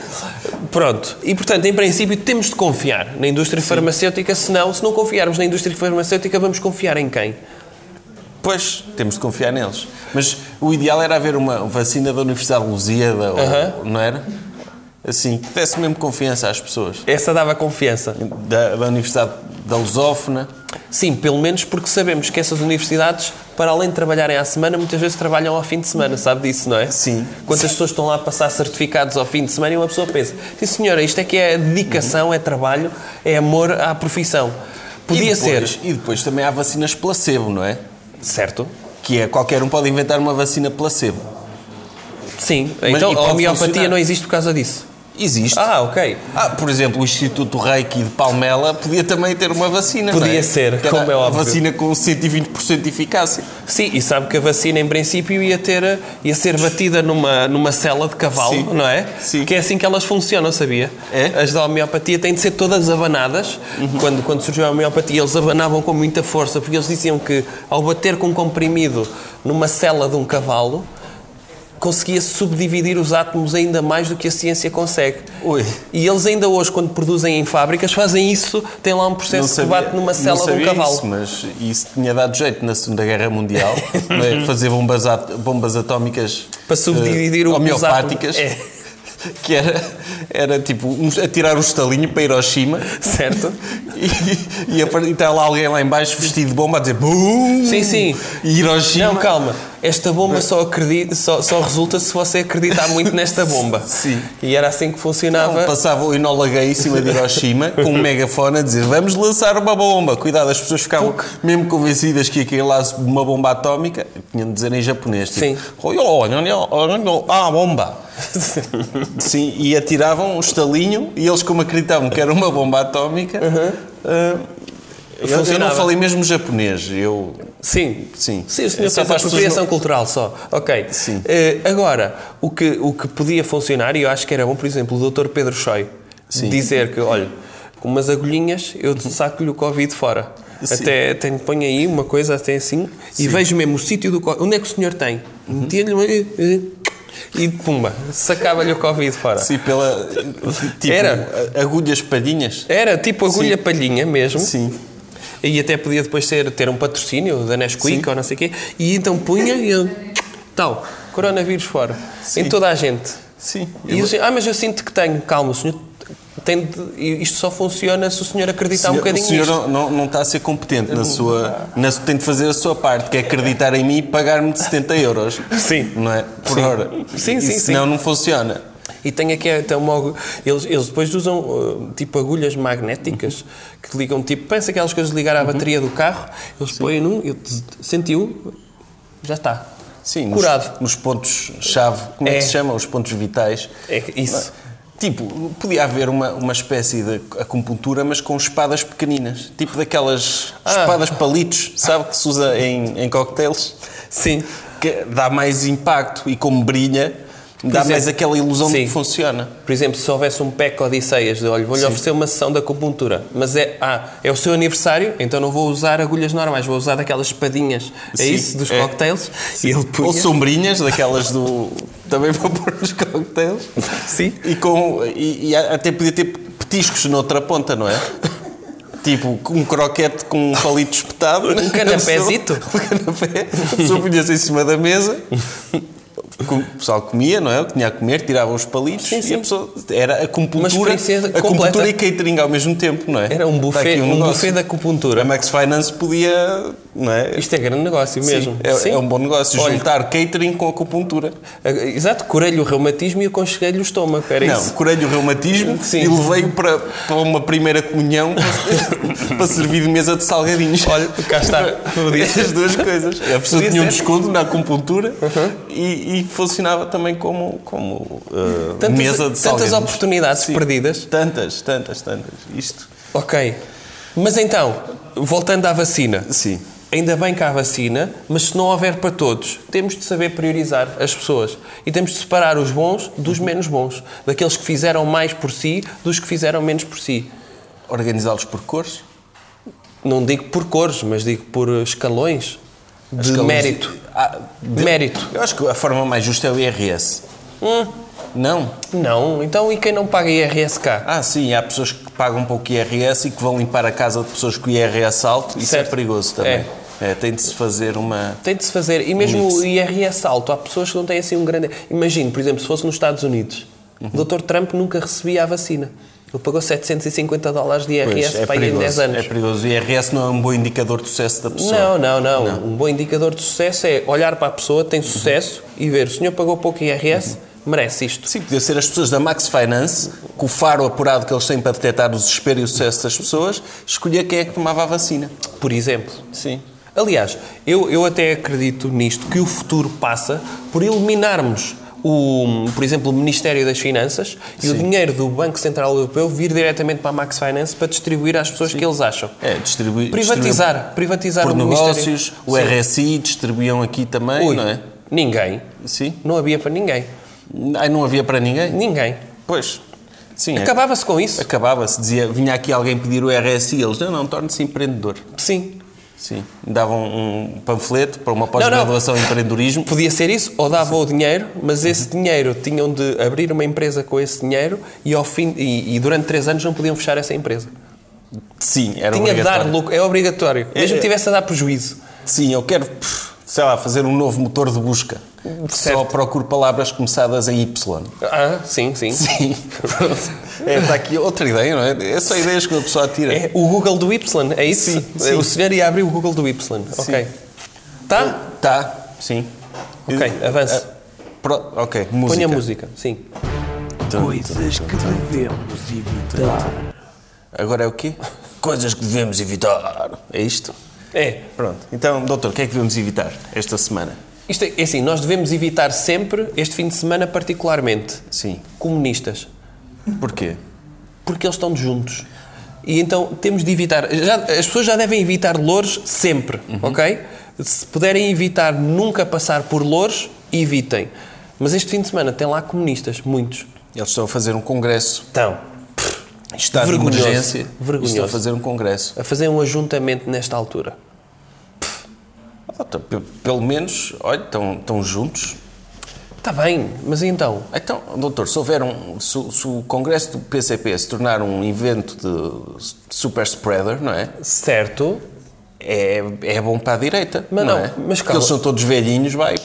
[SPEAKER 2] Pronto. E portanto, em princípio, temos de confiar na indústria farmacêutica, senão, se não confiarmos na indústria farmacêutica, vamos confiar em quem?
[SPEAKER 1] Pois, temos de confiar neles. Mas o ideal era haver uma vacina da Universidade de Lusíada, ou-
[SPEAKER 2] Aham.
[SPEAKER 1] não era? Assim, que desse mesmo confiança às pessoas.
[SPEAKER 2] Essa dava confiança.
[SPEAKER 1] Da, da Universidade da Lusófona.
[SPEAKER 2] Sim, pelo menos porque sabemos que essas universidades, para além de trabalharem à semana, muitas vezes trabalham ao fim de semana, sabe disso, não é?
[SPEAKER 1] Sim.
[SPEAKER 2] Quantas pessoas estão lá a passar certificados ao fim de semana e uma pessoa pensa: sim, senhora, isto é que é dedicação, é trabalho, é amor à profissão. Podia
[SPEAKER 1] e depois,
[SPEAKER 2] ser.
[SPEAKER 1] E depois também há vacinas placebo, não é?
[SPEAKER 2] Certo?
[SPEAKER 1] Que é, qualquer um pode inventar uma vacina placebo.
[SPEAKER 2] Sim.
[SPEAKER 1] Mas-
[SPEAKER 2] então
[SPEAKER 1] e
[SPEAKER 2] a
[SPEAKER 1] pode
[SPEAKER 2] homeopatia
[SPEAKER 1] funcionar.
[SPEAKER 2] não existe por causa disso.
[SPEAKER 1] Existe.
[SPEAKER 2] Ah, ok.
[SPEAKER 1] Ah, por exemplo, o Instituto Reiki de Palmela podia também ter uma vacina.
[SPEAKER 2] Podia
[SPEAKER 1] não é?
[SPEAKER 2] ser,
[SPEAKER 1] Que era
[SPEAKER 2] como é óbvio.
[SPEAKER 1] Uma vacina com 120% de eficácia.
[SPEAKER 2] Sim, e sabe que a vacina em princípio ia, ter, ia ser batida numa, numa cela de cavalo,
[SPEAKER 1] Sim.
[SPEAKER 2] não é?
[SPEAKER 1] Sim.
[SPEAKER 2] Que é assim que elas funcionam, sabia?
[SPEAKER 1] É? Uhum.
[SPEAKER 2] As da homeopatia têm de ser todas abanadas. Quando, quando surgiu a homeopatia, eles abanavam com muita força, porque eles diziam que ao bater com um comprimido numa cela de um cavalo, conseguia subdividir os átomos ainda mais do que a ciência consegue.
[SPEAKER 1] Ui.
[SPEAKER 2] E eles ainda hoje, quando produzem em fábricas, fazem isso, tem lá um
[SPEAKER 1] Não
[SPEAKER 2] processo
[SPEAKER 1] sabia-
[SPEAKER 2] que bate numa
[SPEAKER 1] não
[SPEAKER 2] cela de um
[SPEAKER 1] sabia
[SPEAKER 2] cavalo.
[SPEAKER 1] Isso, mas isso tinha dado jeito na Segunda Guerra Mundial. não é? Fazer bombas, at- bombas atómicas
[SPEAKER 2] Para subdividir
[SPEAKER 1] eh,
[SPEAKER 2] o- os
[SPEAKER 1] homeopáticas.
[SPEAKER 2] átomos. É.
[SPEAKER 1] Que era, era tipo um, atirar um estalinho para Hiroshima
[SPEAKER 2] Certo?
[SPEAKER 1] e, e, apare- e está lá alguém lá em baixo vestido de bomba a dizer BUM!
[SPEAKER 2] Sim, sim.
[SPEAKER 1] E Hiroshima.
[SPEAKER 2] Não, calma. Esta bomba só, acredita, só, só resulta se você acreditar muito nesta bomba.
[SPEAKER 1] Sim.
[SPEAKER 2] E era assim que funcionava.
[SPEAKER 1] Não, Passava o Enola Gay em cima de Hiroshima com um megafone a dizer vamos lançar uma bomba. Cuidado, as pessoas ficavam mesmo convencidas que ia cair lá uma bomba atómica. Tinham de dizer em japonês. Tipo,
[SPEAKER 2] Sim.
[SPEAKER 1] "Oi, oi, oi, oi, oi, Ah, bomba. Sim, e atiravam um estalinho e eles como acreditavam que era uma bomba atómica... ah, eu- eu não
[SPEAKER 2] Funcionava.
[SPEAKER 1] falei mesmo japonês, eu...
[SPEAKER 2] Sim.
[SPEAKER 1] Sim.
[SPEAKER 2] Sim, o
[SPEAKER 1] É
[SPEAKER 2] senhor
[SPEAKER 1] só
[SPEAKER 2] fez
[SPEAKER 1] para as pessoas
[SPEAKER 2] apropriação cultural só. Ok.
[SPEAKER 1] Sim.
[SPEAKER 2] Eh, agora, o que, o que podia funcionar, e eu acho que era bom, por exemplo, o Dr. Pedro Choi dizer que, olha, com umas agulhinhas eu saco-lhe o Covid fora.
[SPEAKER 1] Sim.
[SPEAKER 2] Até, até lhe ponho aí uma coisa até assim e vejo mesmo o sítio do Covid. Onde é que o senhor tem?
[SPEAKER 1] Uhum.
[SPEAKER 2] Metia-lhe uma- eh, e pumba, sacava-lhe o Covid fora.
[SPEAKER 1] Sim, pela... Tipo,
[SPEAKER 2] Era.
[SPEAKER 1] agulhas palhinhas.
[SPEAKER 2] Era tipo agulha palhinha mesmo.
[SPEAKER 1] Sim.
[SPEAKER 2] E até podia depois ter, ter um patrocínio da Nesquik ou não sei o quê. E então punha e eu, tal, coronavírus fora. Em toda a gente.
[SPEAKER 1] Sim.
[SPEAKER 2] E eu, assim, ah, mas eu sinto que tenho. Calma, o senhor tem de, isto só funciona se o senhor acreditar um bocadinho
[SPEAKER 1] o senhor
[SPEAKER 2] nisto.
[SPEAKER 1] não, não, não está a ser competente na sua, na, su- tem de fazer a sua parte, que é acreditar em mim e pagar-me de 70 euros.
[SPEAKER 2] Sim.
[SPEAKER 1] Não é? Por hora.
[SPEAKER 2] Sim,
[SPEAKER 1] E
[SPEAKER 2] sim, sim.
[SPEAKER 1] Senão não funciona.
[SPEAKER 2] E tem aqui até uma. agu- Eles, eles depois usam uh, tipo agulhas magnéticas que ligam, tipo, pensa aquelas coisas de ligar à bateria do carro, eles põem num, eu- sentiu, já está.
[SPEAKER 1] Sim, nos-
[SPEAKER 2] Curado.
[SPEAKER 1] Nos, pontos-chave, como é.
[SPEAKER 2] É.
[SPEAKER 1] que se chama? Os pontos vitais.
[SPEAKER 2] É que isso.
[SPEAKER 1] Tipo, podia haver uma, uma espécie de acupuntura, mas com espadas pequeninas. Tipo daquelas
[SPEAKER 2] Ah.
[SPEAKER 1] espadas palitos, sabe? Que se usa em, em cocktails.
[SPEAKER 2] Sim.
[SPEAKER 1] Que dá mais impacto e como brilha, dá
[SPEAKER 2] exemplo.
[SPEAKER 1] mais aquela ilusão de
[SPEAKER 2] é. Sim.
[SPEAKER 1] que funciona.
[SPEAKER 2] Por exemplo, se houvesse um PEC Odisseias de olho, vou-lhe oferecer uma sessão de acupuntura, mas é, ah, é o seu aniversário, então não vou usar agulhas normais, vou usar daquelas espadinhas, é
[SPEAKER 1] Sim,
[SPEAKER 2] isso, dos
[SPEAKER 1] é.
[SPEAKER 2] cocktails. E ele punha.
[SPEAKER 1] Ou sombrinhas, daquelas do. também para pôr nos cocktails.
[SPEAKER 2] Sim.
[SPEAKER 1] E, com, e, e até podia ter petiscos noutra ponta, não é? Tipo, com um croquete com um palito espetado. Um
[SPEAKER 2] canapézito?
[SPEAKER 1] Um canapé. A pessoa punha-se em cima da mesa. com- O pessoal comia, não é? O que tinha a comer, tirava os palitos
[SPEAKER 2] Sim, sim.
[SPEAKER 1] e a pessoa. Era a compuntura,
[SPEAKER 2] experiência
[SPEAKER 1] a compuntura
[SPEAKER 2] completa.
[SPEAKER 1] e catering ao mesmo tempo, não é?
[SPEAKER 2] Era um
[SPEAKER 1] Está
[SPEAKER 2] buffet,
[SPEAKER 1] aqui
[SPEAKER 2] um
[SPEAKER 1] negócio.
[SPEAKER 2] buffet de
[SPEAKER 1] A
[SPEAKER 2] acupuntura.
[SPEAKER 1] Max Finance podia não é?
[SPEAKER 2] Isto é grande negócio
[SPEAKER 1] Sim,
[SPEAKER 2] mesmo.
[SPEAKER 1] é,
[SPEAKER 2] Sim.
[SPEAKER 1] é um bom negócio
[SPEAKER 2] Olha,
[SPEAKER 1] juntar catering com acupuntura.
[SPEAKER 2] Exato, curei-lhe o reumatismo e aconcheguei-lhe o estômago. Era
[SPEAKER 1] Não,
[SPEAKER 2] É isso.
[SPEAKER 1] curei-lhe o reumatismo
[SPEAKER 2] Sim.
[SPEAKER 1] e levei-o para, para uma primeira comunhão para, para servir de mesa de salgadinhos.
[SPEAKER 2] Olha, cá está. Podia ser.
[SPEAKER 1] As duas coisas. A pessoa
[SPEAKER 2] Podia
[SPEAKER 1] tinha um
[SPEAKER 2] ser.
[SPEAKER 1] desconto na acupuntura
[SPEAKER 2] Uhum.
[SPEAKER 1] e, e funcionava também como, como uh,
[SPEAKER 2] Tantas,
[SPEAKER 1] mesa de
[SPEAKER 2] tantas
[SPEAKER 1] salgadinhos.
[SPEAKER 2] oportunidades perdidas.
[SPEAKER 1] Tantas, tantas, tantas. Isto.
[SPEAKER 2] Ok. Mas então, voltando à vacina.
[SPEAKER 1] Sim.
[SPEAKER 2] Ainda bem que há vacina, mas se não houver para todos, temos de saber priorizar as pessoas. E temos de separar os bons dos menos bons. Daqueles que fizeram mais por si, dos que fizeram menos por si.
[SPEAKER 1] Organizá-los por cores?
[SPEAKER 2] Não digo por cores, mas digo por eh, escalões de
[SPEAKER 1] Escalões de-
[SPEAKER 2] mérito. de... Mérito.
[SPEAKER 1] Eu acho que a forma mais justa é o IRS.
[SPEAKER 2] Hum.
[SPEAKER 1] Não?
[SPEAKER 2] Não. Então, e quem não paga IRSK?
[SPEAKER 1] Ah, sim, há pessoas que pagam pouco IRS e que vão limpar a casa de pessoas com IRS alto. Isso é
[SPEAKER 2] Certo.
[SPEAKER 1] perigoso também. É, tem de se fazer uma.
[SPEAKER 2] Tem de se fazer. E mesmo o IRS alto, há pessoas que não têm assim um grande. Imagino, por exemplo, se fosse nos Estados Unidos,
[SPEAKER 1] Uhum.
[SPEAKER 2] o Dr. Trump nunca recebia a vacina. Ele pagou 750 dólares de IRS
[SPEAKER 1] Pois, é
[SPEAKER 2] para ir em 10
[SPEAKER 1] perigoso.
[SPEAKER 2] anos.
[SPEAKER 1] É perigoso. O IRS não é um bom indicador de sucesso da pessoa.
[SPEAKER 2] Não, não, não, Um bom indicador de sucesso é olhar para a pessoa, tem sucesso e ver o senhor pagou pouco IRS, merece isto.
[SPEAKER 1] Sim, podia ser as pessoas da Max Finance, com o faro apurado que eles têm para detectar o desespero e o sucesso das pessoas, escolher quem é que tomava a vacina.
[SPEAKER 2] Por exemplo.
[SPEAKER 1] Sim.
[SPEAKER 2] Aliás, eu, eu até acredito nisto, que o futuro passa por eliminarmos, o, por exemplo, o Ministério das Finanças e o dinheiro do Banco Central Europeu vir diretamente para a Max Finance para distribuir às pessoas que eles acham.
[SPEAKER 1] É, distribuir. distribuir
[SPEAKER 2] Privatizar, privatizar
[SPEAKER 1] Por
[SPEAKER 2] o
[SPEAKER 1] negócios,
[SPEAKER 2] Ministério.
[SPEAKER 1] o
[SPEAKER 2] Sim.
[SPEAKER 1] RSI distribuíam aqui também,
[SPEAKER 2] Ui,
[SPEAKER 1] não é?
[SPEAKER 2] Ninguém.
[SPEAKER 1] Sim.
[SPEAKER 2] Não havia para ninguém.
[SPEAKER 1] Ai, não havia para ninguém?
[SPEAKER 2] Ninguém.
[SPEAKER 1] Pois. Sim, é-
[SPEAKER 2] Acabava-se com isso?
[SPEAKER 1] acabava-se. Dizia, vinha aqui alguém pedir o RSI, eles, não, não, torne-se empreendedor.
[SPEAKER 2] Sim.
[SPEAKER 1] Sim. Davam um panfleto para uma pós-graduação em empreendedorismo.
[SPEAKER 2] Podia ser isso, ou dava o dinheiro, mas esse dinheiro tinham de abrir uma empresa com esse dinheiro e, ao fim, e, e durante três anos não podiam fechar essa empresa.
[SPEAKER 1] Sim, era
[SPEAKER 2] Tinha de dar
[SPEAKER 1] obrigatório.
[SPEAKER 2] lucro, é obrigatório. Mesmo
[SPEAKER 1] é.
[SPEAKER 2] que tivesse a dar prejuízo.
[SPEAKER 1] Sim, eu quero, pff, sei lá, fazer um novo motor de busca. Só
[SPEAKER 2] Certo.
[SPEAKER 1] procuro palavras começadas em Y.
[SPEAKER 2] Ah, sim, sim.
[SPEAKER 1] Sim. é, está aqui outra ideia, não é? É só ideias que uma pessoa tira.
[SPEAKER 2] É o Google do Y, é isso?
[SPEAKER 1] Sim, sim.
[SPEAKER 2] O senhor ia abrir o Google do Y. Ok. Tá?
[SPEAKER 1] Tá, sim.
[SPEAKER 2] Ok, avance.
[SPEAKER 1] Ah, pro- ok, música.
[SPEAKER 2] Ponha a música, sim.
[SPEAKER 3] Coisas que devemos evitar.
[SPEAKER 1] Agora é o quê? Coisas que devemos evitar. É isto?
[SPEAKER 2] É.
[SPEAKER 1] Pronto. Então, doutor, o que é que devemos evitar esta semana?
[SPEAKER 2] Isto é, é assim, nós devemos evitar sempre, este fim de semana particularmente,
[SPEAKER 1] Sim.
[SPEAKER 2] comunistas.
[SPEAKER 1] Porquê?
[SPEAKER 2] porque eles estão juntos. E então temos de evitar. já- as pessoas já devem evitar louros sempre,
[SPEAKER 1] Uhum.
[SPEAKER 2] ok? Se puderem evitar nunca passar por louros, evitem. Mas este fim de semana tem lá comunistas, muitos.
[SPEAKER 1] Eles estão a fazer um congresso.
[SPEAKER 2] Estão
[SPEAKER 1] Está de
[SPEAKER 2] Vergonhoso.
[SPEAKER 1] emergência.
[SPEAKER 2] Vergonhoso.
[SPEAKER 1] Estão a fazer um congresso.
[SPEAKER 2] a fazer um ajuntamento nesta altura.
[SPEAKER 1] Ah, tá, pe- pelo menos, olha, estão, estão juntos.
[SPEAKER 2] Está Tá bem, mas e então?
[SPEAKER 1] Então, doutor, se houver um. Se, o- se o congresso do PCP se tornar um evento de s- super spreader, não é?
[SPEAKER 2] Certo,
[SPEAKER 1] É, é bom para a direita.
[SPEAKER 2] Mas
[SPEAKER 1] não,
[SPEAKER 2] não,
[SPEAKER 1] é?
[SPEAKER 2] mas
[SPEAKER 1] Porque
[SPEAKER 2] calma.
[SPEAKER 1] eles são todos velhinhos, vai.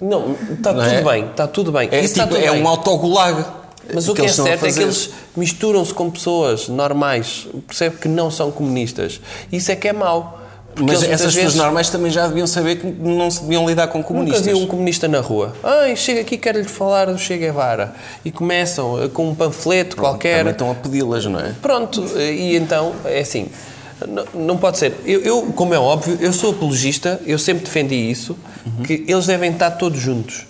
[SPEAKER 2] não, está
[SPEAKER 1] Não
[SPEAKER 2] tudo
[SPEAKER 1] é?
[SPEAKER 2] bem, está tudo bem.
[SPEAKER 1] É,
[SPEAKER 2] Isso está
[SPEAKER 1] tipo,
[SPEAKER 2] tudo
[SPEAKER 1] é
[SPEAKER 2] bem.
[SPEAKER 1] um autogulag.
[SPEAKER 2] Mas o que,
[SPEAKER 1] eles
[SPEAKER 2] é
[SPEAKER 1] estão a
[SPEAKER 2] certo é que
[SPEAKER 1] fazer.
[SPEAKER 2] eles misturam-se com pessoas normais, percebe que não são comunistas. Isso é que é mau. porque
[SPEAKER 1] Mas
[SPEAKER 2] eles muitas
[SPEAKER 1] essas pessoas
[SPEAKER 2] vezes
[SPEAKER 1] normais também já deviam saber que não se deviam lidar com
[SPEAKER 2] Nunca
[SPEAKER 1] comunistas.
[SPEAKER 2] vi um comunista na rua. Ai, chega aqui, quero-lhe falar do Che Guevara. E começam eh, com um panfleto qualquer.
[SPEAKER 1] Também estão a pedi-las, não é?
[SPEAKER 2] Pronto, eh, e então, é assim, n- não pode ser. Eu, eu, como é óbvio, eu sou apologista, eu sempre defendi isso,
[SPEAKER 1] Uhum.
[SPEAKER 2] que eles devem estar todos juntos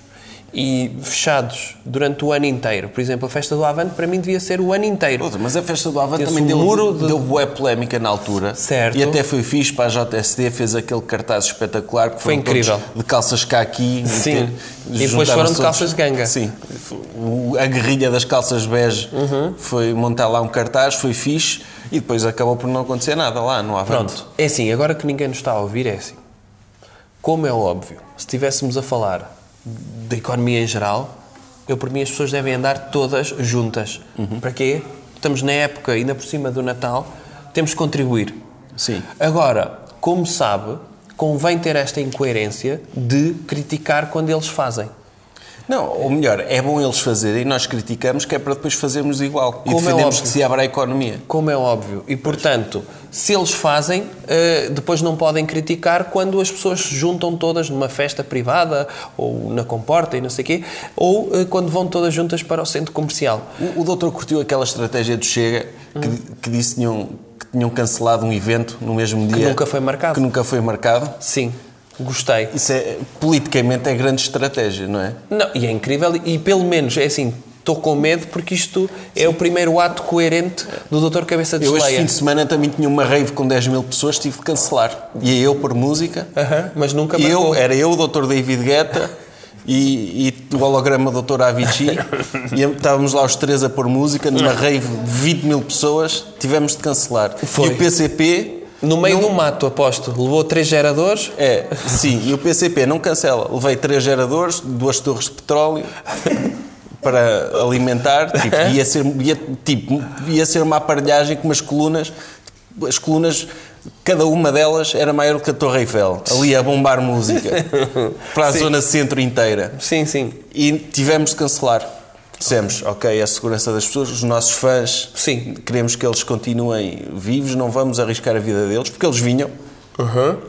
[SPEAKER 2] e fechados durante o ano inteiro. Por exemplo, a festa do Avante, para mim, devia ser o ano inteiro.
[SPEAKER 1] Puta, Mas a festa do Avante
[SPEAKER 2] Esse
[SPEAKER 1] também deu,
[SPEAKER 2] muro de-
[SPEAKER 1] deu boa polémica na altura.
[SPEAKER 2] Certo.
[SPEAKER 1] E até foi fixe para a JSD, fez aquele cartaz espetacular que
[SPEAKER 2] Foi
[SPEAKER 1] foram todos
[SPEAKER 2] incrível.
[SPEAKER 1] de calças caqui.
[SPEAKER 2] Sim.
[SPEAKER 1] ter-
[SPEAKER 2] E depois
[SPEAKER 1] juntaram-se
[SPEAKER 2] foram de
[SPEAKER 1] todos-
[SPEAKER 2] calças ganga.
[SPEAKER 1] Sim. O- A guerrilha das calças bege
[SPEAKER 2] Uhum.
[SPEAKER 1] foi montar lá um cartaz, foi fixe e depois acabou por não acontecer nada lá no Avante.
[SPEAKER 2] Pronto, é assim, agora que ninguém nos está a ouvir, é assim. Como é óbvio, se estivéssemos a falar da economia em geral, eu por mim as pessoas devem andar todas juntas. Para quê? Estamos na época, ainda por cima do Natal, temos que contribuir.
[SPEAKER 1] Sim.
[SPEAKER 2] Agora, como sabe, convém ter esta incoerência de criticar quando eles fazem.
[SPEAKER 1] Não, ou melhor, é bom eles fazerem e nós criticamos que é para depois fazermos igual.
[SPEAKER 2] Como é
[SPEAKER 1] e defendemos
[SPEAKER 2] óbvio.
[SPEAKER 1] que se abra a economia.
[SPEAKER 2] Como é óbvio. E, portanto, se eles fazem, eh, depois não podem criticar quando as pessoas se juntam todas numa festa privada ou na comporta e não sei o quê, ou eh, quando vão todas juntas para o centro comercial.
[SPEAKER 1] O, o doutor curtiu aquela estratégia do Chega que, que disse que tinham, que tinham cancelado um evento no mesmo dia.
[SPEAKER 2] nunca foi marcado.
[SPEAKER 1] Que nunca foi marcado.
[SPEAKER 2] Sim, gostei.
[SPEAKER 1] Isso é, politicamente, é grande estratégia, não é?
[SPEAKER 2] Não, e é incrível, e pelo menos é assim. Estou com medo porque isto é o primeiro ato coerente do Dr. Cabeça de
[SPEAKER 1] Eu este
[SPEAKER 2] Geleia.
[SPEAKER 1] fim de semana também tinha uma rave com 10 mil pessoas, tive de cancelar. E eu por música.
[SPEAKER 2] Aham, mas nunca
[SPEAKER 1] E
[SPEAKER 2] marcou.
[SPEAKER 1] eu, era eu, o Dr. David Guetta e, e o holograma Dr. Avicii. e estávamos lá os três a pôr música numa rave de 20 mil pessoas, tivemos de cancelar.
[SPEAKER 2] Foi.
[SPEAKER 1] E o PCP.
[SPEAKER 2] No meio do mato, aposto. Levou três geradores.
[SPEAKER 1] É, sim, e o PCP não cancela. Levei três geradores, duas torres de petróleo para alimentar. Tipo, ia, ser, ia, tipo, ia ser uma aparelhagem com umas colunas. As colunas, cada uma delas era maior que a Torre Eiffel. Ali a bombar música. Para a zona centro inteira.
[SPEAKER 2] Sim, sim.
[SPEAKER 1] E tivemos de cancelar. Dissemos, ok, é a segurança das pessoas, os nossos fãs,
[SPEAKER 2] Sim.
[SPEAKER 1] queremos que eles continuem vivos, não vamos arriscar a vida deles, porque eles vinham,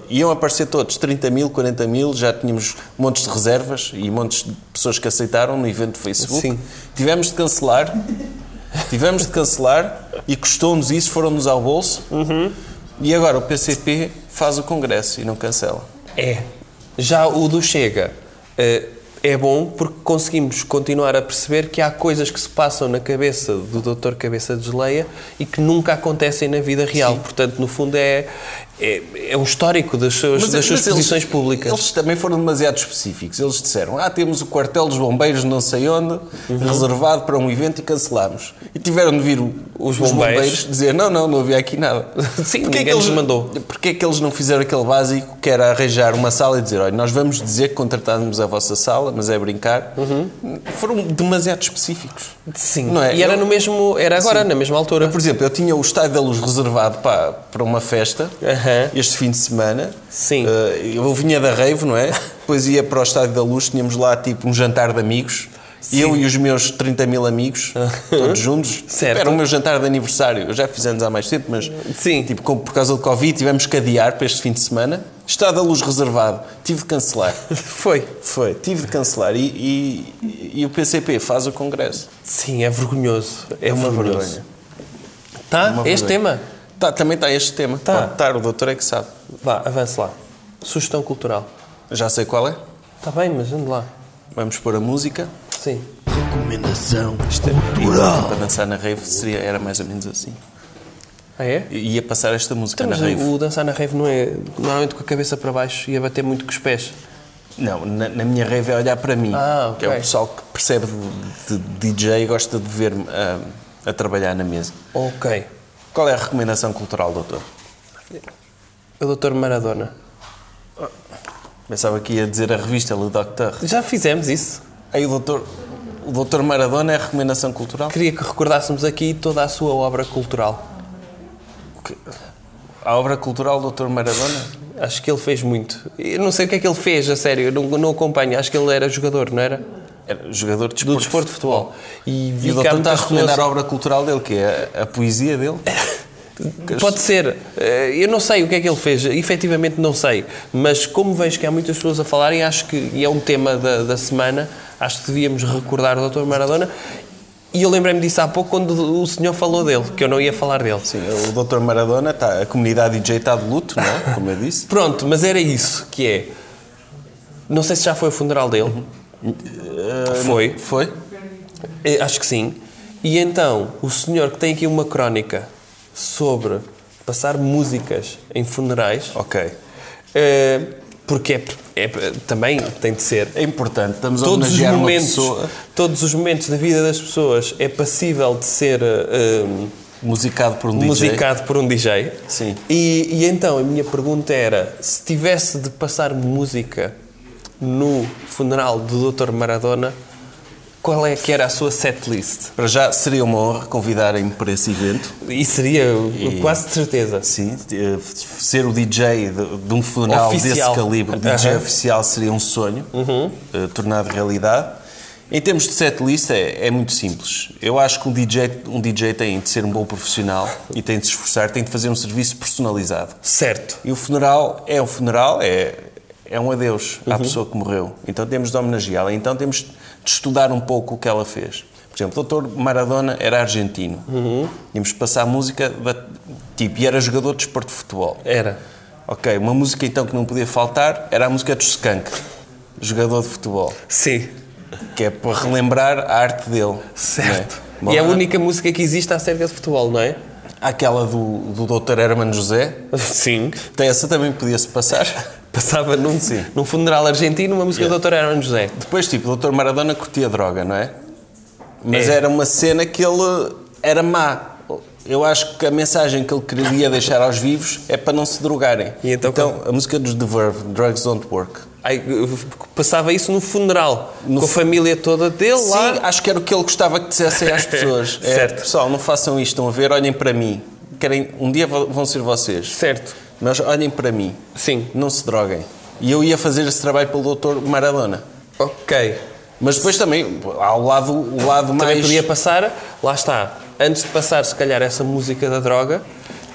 [SPEAKER 1] iam aparecer todos, 30 mil, 40 mil, já tínhamos montes de reservas e montes de pessoas que aceitaram no evento do Facebook.
[SPEAKER 2] Sim.
[SPEAKER 1] Tivemos de cancelar, tivemos de cancelar e custou-nos isso, foram-nos ao bolso.
[SPEAKER 2] Uhum.
[SPEAKER 1] E agora o PCP faz o congresso e não cancela.
[SPEAKER 2] É. Já o do Chega eh, é bom porque conseguimos continuar a perceber que há coisas que se passam na cabeça do Dr. Cabeça de Geleia e que nunca acontecem na vida real. Portanto, no fundo, é, é, é um histórico das suas, das suas
[SPEAKER 1] eles-
[SPEAKER 2] posições públicas.
[SPEAKER 1] Eles também foram demasiado específicos. Eles disseram: Ah, temos o quartel dos bombeiros, não sei onde,
[SPEAKER 2] Uhum.
[SPEAKER 1] reservado para um evento e cancelamos. E tiveram de vir o- os, bombeiros.
[SPEAKER 2] bombeiros.
[SPEAKER 1] dizer: Não, não, não havia aqui nada.
[SPEAKER 2] Sim,
[SPEAKER 1] Porquê é
[SPEAKER 2] ninguém
[SPEAKER 1] que eles,
[SPEAKER 2] nos mandou.
[SPEAKER 1] Porquê é que eles não fizeram aquele básico que era arranjar uma sala e dizer: Olha, nós vamos dizer que contratámos a vossa sala, mas é brincar?
[SPEAKER 2] Uhum.
[SPEAKER 1] Foram demasiado específicos.
[SPEAKER 2] Sim.
[SPEAKER 1] Não é?
[SPEAKER 2] E era
[SPEAKER 1] Eu-
[SPEAKER 2] no mesmo. Era agora, na mesma altura.
[SPEAKER 1] Por exemplo, eu tinha o estádio da luz reservado para, para uma festa
[SPEAKER 2] Aham.
[SPEAKER 1] este fim de semana.
[SPEAKER 2] Sim.
[SPEAKER 1] Eh, eu vinha da Rave, não é? Depois ia para o estádio da luz, tínhamos lá tipo um jantar de amigos. Eu e os meus 30 mil amigos, todos juntos.
[SPEAKER 2] Certo.
[SPEAKER 1] Era o meu jantar de aniversário. Eu já fiz anos há mais tempo, mas
[SPEAKER 2] Sim.
[SPEAKER 1] tipo, como por causa do Covid tivemos que adiar para este fim de semana. Estádio da luz reservado, tive de cancelar.
[SPEAKER 2] Foi.
[SPEAKER 1] Foi, tive de cancelar. E, e- e o PCP faz o congresso.
[SPEAKER 2] Sim, é vergonhoso. É,
[SPEAKER 1] uma
[SPEAKER 2] vergonhoso.
[SPEAKER 1] vergonha.
[SPEAKER 2] Tá?
[SPEAKER 1] uma
[SPEAKER 2] este
[SPEAKER 1] vergonha.
[SPEAKER 2] tema?
[SPEAKER 1] Tá, também está este tema.
[SPEAKER 2] Tá.
[SPEAKER 1] Pode estar, o doutor é que sabe.
[SPEAKER 2] Vá, avance lá. Sugestão cultural.
[SPEAKER 1] Já sei qual é.
[SPEAKER 2] Está bem, mas ande lá.
[SPEAKER 1] Vamos pôr a música.
[SPEAKER 2] Sim.
[SPEAKER 3] Recomendação
[SPEAKER 1] E
[SPEAKER 3] cultural.
[SPEAKER 1] para dançar na rave seria, era mais ou menos assim.
[SPEAKER 2] Ah, é?
[SPEAKER 1] E Ia passar esta música
[SPEAKER 2] Então, mas
[SPEAKER 1] na rave.
[SPEAKER 2] o dançar na rave não é normalmente com a cabeça para baixo e a bater muito com os pés.
[SPEAKER 1] Não, na, na minha rave é olhar para mim.
[SPEAKER 2] Ah,
[SPEAKER 1] Que é o
[SPEAKER 2] ok.
[SPEAKER 1] pessoal que percebe de, de DJ e gosta de ver-me a, a trabalhar na mesa.
[SPEAKER 2] Ok.
[SPEAKER 1] Qual é a recomendação cultural, doutor?
[SPEAKER 2] O doutor Maradona.
[SPEAKER 1] Pensava que ia dizer a revista Le Docteur.
[SPEAKER 2] Já fizemos isso.
[SPEAKER 1] Aí o doutor... O doutor Maradona é a recomendação cultural?
[SPEAKER 2] Queria que recordássemos aqui toda a sua obra cultural.
[SPEAKER 1] A obra cultural do doutor Maradona?
[SPEAKER 2] Acho que ele fez muito. Eu não sei o que é que ele fez, a sério. Eu não, não acompanho. Acho que ele era jogador, não era?
[SPEAKER 1] Era jogador de
[SPEAKER 2] Do
[SPEAKER 1] desporto.
[SPEAKER 2] desporto de futebol. E
[SPEAKER 1] E
[SPEAKER 2] vi
[SPEAKER 1] o
[SPEAKER 2] que
[SPEAKER 1] doutor está
[SPEAKER 2] há
[SPEAKER 1] a
[SPEAKER 2] muitas
[SPEAKER 1] recomendar
[SPEAKER 2] pessoas-
[SPEAKER 1] a obra cultural dele, que é a, a poesia dele?
[SPEAKER 2] Pode ser. Eh, Eu não sei o que é que ele fez, efetivamente não sei. Mas como vejo que há muitas pessoas a falarem, acho que e é um tema da, da semana, acho que devíamos recordar o Dr. Maradona. E eu lembrei-me disso há pouco quando o senhor falou dele, que eu não ia falar dele.
[SPEAKER 1] Sim, o doutor Maradona, está, a comunidade DJ está de luto, não é? Como eu disse.
[SPEAKER 2] Pronto, mas era isso que é. Não sei se já foi o funeral dele. Foi.
[SPEAKER 1] Foi?
[SPEAKER 2] Eh, Acho que sim. E então, o senhor que tem aqui uma crónica sobre passar músicas em funerais.
[SPEAKER 1] Ok.
[SPEAKER 2] Eh, porque é, é- também tem de ser.
[SPEAKER 1] É importante, estamos a
[SPEAKER 2] Todos os,
[SPEAKER 1] homenagear uma
[SPEAKER 2] momentos,
[SPEAKER 1] pessoa
[SPEAKER 2] todos os momentos da vida das pessoas é passível de ser eh,
[SPEAKER 1] musicado por um DJ.
[SPEAKER 2] musicado por um DJ.
[SPEAKER 1] Sim.
[SPEAKER 2] E, e então a minha pergunta era: se tivesse de passar música no funeral do Dr. Maradona, qual é que era a sua setlist?
[SPEAKER 1] Para já, seria uma honra convidarem-me para esse evento.
[SPEAKER 2] E seria quase de certeza.
[SPEAKER 1] Sim, eh, f- ser o DJ de, de um funeral
[SPEAKER 2] Oficial.
[SPEAKER 1] desse calibre, DJ
[SPEAKER 2] Aham. Uhum.
[SPEAKER 1] oficial, seria um sonho eh, tornado realidade. Em termos de setlist é, é muito simples. Eu acho que um DJ, um DJ tem de ser um bom profissional e tem de se esforçar, tem de fazer um serviço personalizado.
[SPEAKER 2] Certo.
[SPEAKER 1] E o funeral é um funeral, é, é um adeus
[SPEAKER 2] Uhum.
[SPEAKER 1] à pessoa que morreu. Então temos de homenageá-la, então temos de estudar um pouco o que ela fez. Por exemplo, o Dr. Maradona era argentino.
[SPEAKER 2] Uhum.
[SPEAKER 1] Tínhamos de passar música da- tipo, e era jogador de desporto de futebol.
[SPEAKER 2] Era.
[SPEAKER 1] Ok, uma música então que não podia faltar era a música dos Skank, jogador de futebol,
[SPEAKER 2] Sim.
[SPEAKER 1] que é para relembrar a arte dele.
[SPEAKER 2] Certo.
[SPEAKER 1] não
[SPEAKER 2] E é a
[SPEAKER 1] Bom,
[SPEAKER 2] única música que existe acerca de futebol, não é?
[SPEAKER 1] Aquela do, do Dr. Hermano José,
[SPEAKER 2] Sim.
[SPEAKER 1] até essa também podia-se passar.
[SPEAKER 2] Passava num,
[SPEAKER 1] Sim.
[SPEAKER 2] num funeral argentino uma música do Dr. Aaron José.
[SPEAKER 1] Depois, tipo, o Dr. Maradona curtia droga, não é? Mas
[SPEAKER 2] É.
[SPEAKER 1] era uma cena que ele era má. Eu acho que a mensagem que ele queria deixar aos vivos é para não se drogarem.
[SPEAKER 2] E então
[SPEAKER 1] a música dos The Verve, Drugs Don't Work.
[SPEAKER 2] Ai, eu- passava isso no funeral, com a
[SPEAKER 1] fu-
[SPEAKER 2] família toda dele
[SPEAKER 1] Sim,
[SPEAKER 2] lá.
[SPEAKER 1] acho que era o que ele gostava que dissessem às pessoas. É,
[SPEAKER 2] Certo.
[SPEAKER 1] Pessoal, não façam isto, estão a ver? Olhem para mim. Querem, um dia vo- vão ser vocês.
[SPEAKER 2] Certo.
[SPEAKER 1] Mas olhem para mim.
[SPEAKER 2] Sim.
[SPEAKER 1] Não se droguem. E eu ia fazer esse trabalho pelo Dr. Maradona.
[SPEAKER 2] Ok.
[SPEAKER 1] Mas depois também, há o lado, o lado
[SPEAKER 2] Também
[SPEAKER 1] mais...
[SPEAKER 2] podia passar, lá está, antes de passar, se calhar, essa música da droga,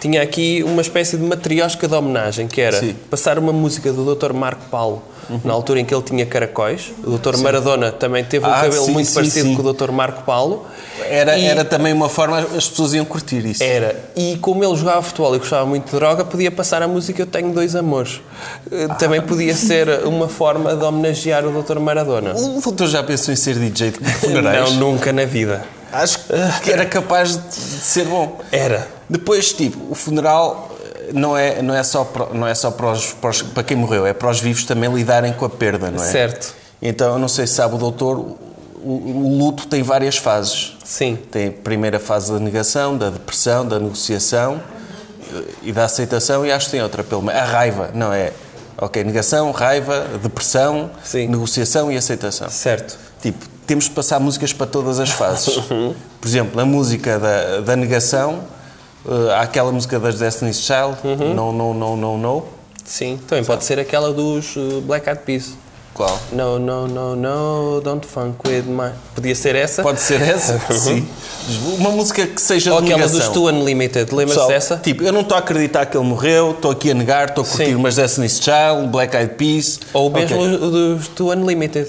[SPEAKER 2] tinha aqui uma espécie de matriosca de homenagem, que era
[SPEAKER 1] Sim. Uhum.
[SPEAKER 2] passar uma música do Dr. Marco Paulo, na altura em que ele tinha caracóis. O Dr. Maradona também teve um
[SPEAKER 1] Ah,
[SPEAKER 2] cabelo
[SPEAKER 1] sim,
[SPEAKER 2] muito
[SPEAKER 1] sim,
[SPEAKER 2] parecido
[SPEAKER 1] sim.
[SPEAKER 2] com o Dr. Marco Paulo.
[SPEAKER 1] Era,
[SPEAKER 2] E- É.
[SPEAKER 1] era também uma forma, as pessoas iam curtir isso.
[SPEAKER 2] Era. E como ele jogava futebol e gostava muito de droga, podia passar a música Eu Tenho Dois Amores.
[SPEAKER 1] Ah.
[SPEAKER 2] Eh, Também podia ser uma forma de homenagear o Dr. Maradona.
[SPEAKER 1] O doutor já pensou em ser DJ de
[SPEAKER 2] Não,
[SPEAKER 1] funerais?
[SPEAKER 2] nunca na vida.
[SPEAKER 1] Acho que era capaz de, de ser bom.
[SPEAKER 2] Era.
[SPEAKER 1] Depois, tipo, o funeral eh, não é, não é só, para, não é só para, os, para, os- para quem morreu, é para os vivos também lidarem com a perda, não é?
[SPEAKER 2] Certo.
[SPEAKER 1] Então, eu não sei se sabe o doutor, o, o luto tem várias fases.
[SPEAKER 2] Sim.
[SPEAKER 1] Tem a primeira fase da negação, da depressão, da negociação eh, e da aceitação, e acho que tem outra pelo meio. A raiva, não é? Ok, negação, raiva, depressão,
[SPEAKER 2] Sim.
[SPEAKER 1] negociação e aceitação.
[SPEAKER 2] Certo.
[SPEAKER 1] Tipo, temos de passar músicas para todas as fases.
[SPEAKER 2] Uhum.
[SPEAKER 1] Por exemplo, a música da, da negação, eh, há aquela música das Destiny's Child,
[SPEAKER 2] Uhum.
[SPEAKER 1] No, No, No, No, No.
[SPEAKER 2] Sim. Também pode ser aquela dos eh, Black Eyed Peas.
[SPEAKER 1] Qual?
[SPEAKER 2] No, no, no, no, don't funk with my... Podia ser essa?
[SPEAKER 1] Pode ser essa? Sim. Uma música que seja
[SPEAKER 2] Ou
[SPEAKER 1] de
[SPEAKER 2] aquela
[SPEAKER 1] negação.
[SPEAKER 2] dos Two Unlimited. Lembras-te
[SPEAKER 1] Pessoal,
[SPEAKER 2] dessa?
[SPEAKER 1] Tipo, eu não estou a acreditar que ele morreu, estou aqui a negar, estou a curtir
[SPEAKER 2] Sim.
[SPEAKER 1] umas Destiny's Child, Black Eyed Peas.
[SPEAKER 2] Ou mesmo
[SPEAKER 1] Ok.
[SPEAKER 2] o dos Two Unlimited.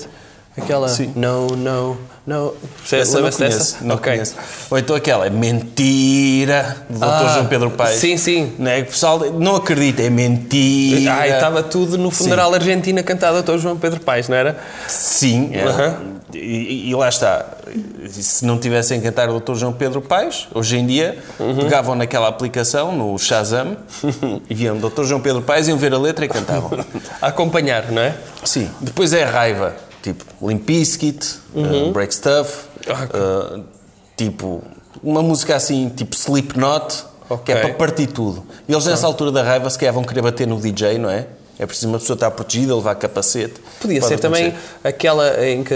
[SPEAKER 2] Aquela...
[SPEAKER 1] Sim.
[SPEAKER 2] No, no, no...
[SPEAKER 1] Essa eu não
[SPEAKER 2] Lembras-te
[SPEAKER 1] conheço,
[SPEAKER 2] dessa?
[SPEAKER 1] não
[SPEAKER 2] Ok.
[SPEAKER 1] conheço. Ou então aquela, é mentira, do Dr.
[SPEAKER 2] Ah,
[SPEAKER 1] João Pedro Paes.
[SPEAKER 2] sim, sim.
[SPEAKER 1] Não é? O pessoal não acredita, é mentira.
[SPEAKER 2] Ai, estava tudo no funeral argentino cantado ao João Pedro Paes, não era?
[SPEAKER 1] Sim, é.
[SPEAKER 2] Aham.
[SPEAKER 1] e, e lá está. Se não tivessem cantar o Dr. João Pedro Paes, hoje em dia
[SPEAKER 2] Uhum.
[SPEAKER 1] pegavam naquela aplicação, no Shazam, e viam Dr. João Pedro Paes, iam ver a letra e cantavam.
[SPEAKER 2] A acompanhar, não é?
[SPEAKER 1] Sim. Depois é raiva. Tipo, Limp Bizkit,
[SPEAKER 2] Uhum.
[SPEAKER 1] eh, Break Stuff,
[SPEAKER 2] Ah,
[SPEAKER 1] eh, tipo, uma música assim, tipo Slipknot, que é
[SPEAKER 2] Ok. Ah.
[SPEAKER 1] para partir tudo. E eles nessa altura da raiva se calhar vão querer bater no DJ, não é? É preciso uma pessoa estar protegida, levar capacete.
[SPEAKER 2] Podia
[SPEAKER 1] Pode
[SPEAKER 2] ser também
[SPEAKER 1] acontecer.
[SPEAKER 2] aquela, em que,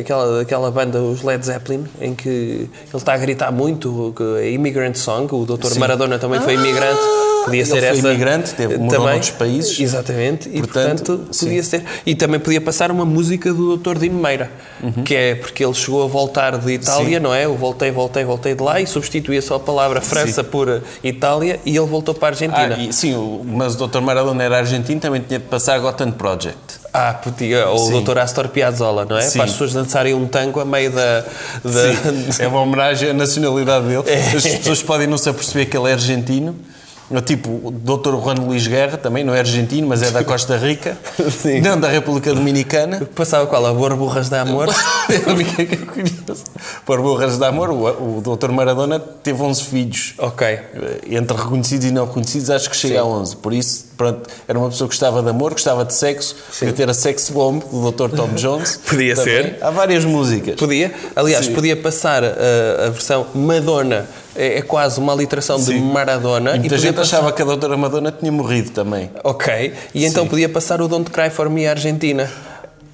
[SPEAKER 2] aquela, aquela banda, os Led Zeppelin, em que ele está a gritar muito, que é Immigrant Song, o Dr. Maradona também foi imigrante. Podia
[SPEAKER 1] Ah! Ele
[SPEAKER 2] ser
[SPEAKER 1] foi
[SPEAKER 2] essa.
[SPEAKER 1] imigrante, teve- morou noutros países.
[SPEAKER 2] Exatamente, e
[SPEAKER 1] Portanto,
[SPEAKER 2] portanto, podia ser. E também podia passar uma música do Dr. Dino Meira,
[SPEAKER 1] Uhum.
[SPEAKER 2] que é porque ele chegou a voltar de Itália, não é? Eu voltei, voltei, voltei de lá e substituía só a palavra França por Itália e ele voltou para a Argentina.
[SPEAKER 1] Ah, e, sim, o- mas o Dr. Maradona era argentino, também tinha de passar a Gotham Project.
[SPEAKER 2] Ah, podia, ou o Dr. Astor Piazzolla, não é?
[SPEAKER 1] Sim.
[SPEAKER 2] Para as pessoas dançarem um tango a meio da. da-
[SPEAKER 1] É uma homenagem à nacionalidade dele.
[SPEAKER 2] É.
[SPEAKER 1] As pessoas podem não se aperceber que ele é argentino. Ou Tipo, o Dr. Juan Luís Guerra também não é argentino, mas é da Costa Rica.
[SPEAKER 2] Sim.
[SPEAKER 1] Não, da República Dominicana.
[SPEAKER 2] Passava qual? A Borburras de Amor?
[SPEAKER 1] é Por burras de amor, o, o Dr. Maradona teve 11 filhos.
[SPEAKER 2] ok.
[SPEAKER 1] Entre reconhecidos e não reconhecidos, acho que chega a 11. Por isso, pronto, era uma pessoa que gostava de amor, gostava de sexo. Podia ter a Sex Bomb do Dr. Tom Jones.
[SPEAKER 2] Podia ser.
[SPEAKER 1] Há várias músicas.
[SPEAKER 2] Podia. Aliás, podia passar uh, a, versão Madonna, é, é quase uma aliteração de
[SPEAKER 1] Sim.
[SPEAKER 2] Maradona.
[SPEAKER 1] E muita
[SPEAKER 2] podia
[SPEAKER 1] gente
[SPEAKER 2] passar-
[SPEAKER 1] achava que a Doutora Madonna tinha morrido também.
[SPEAKER 2] Ok. E então podia passar o Don't Cry for Me Argentina.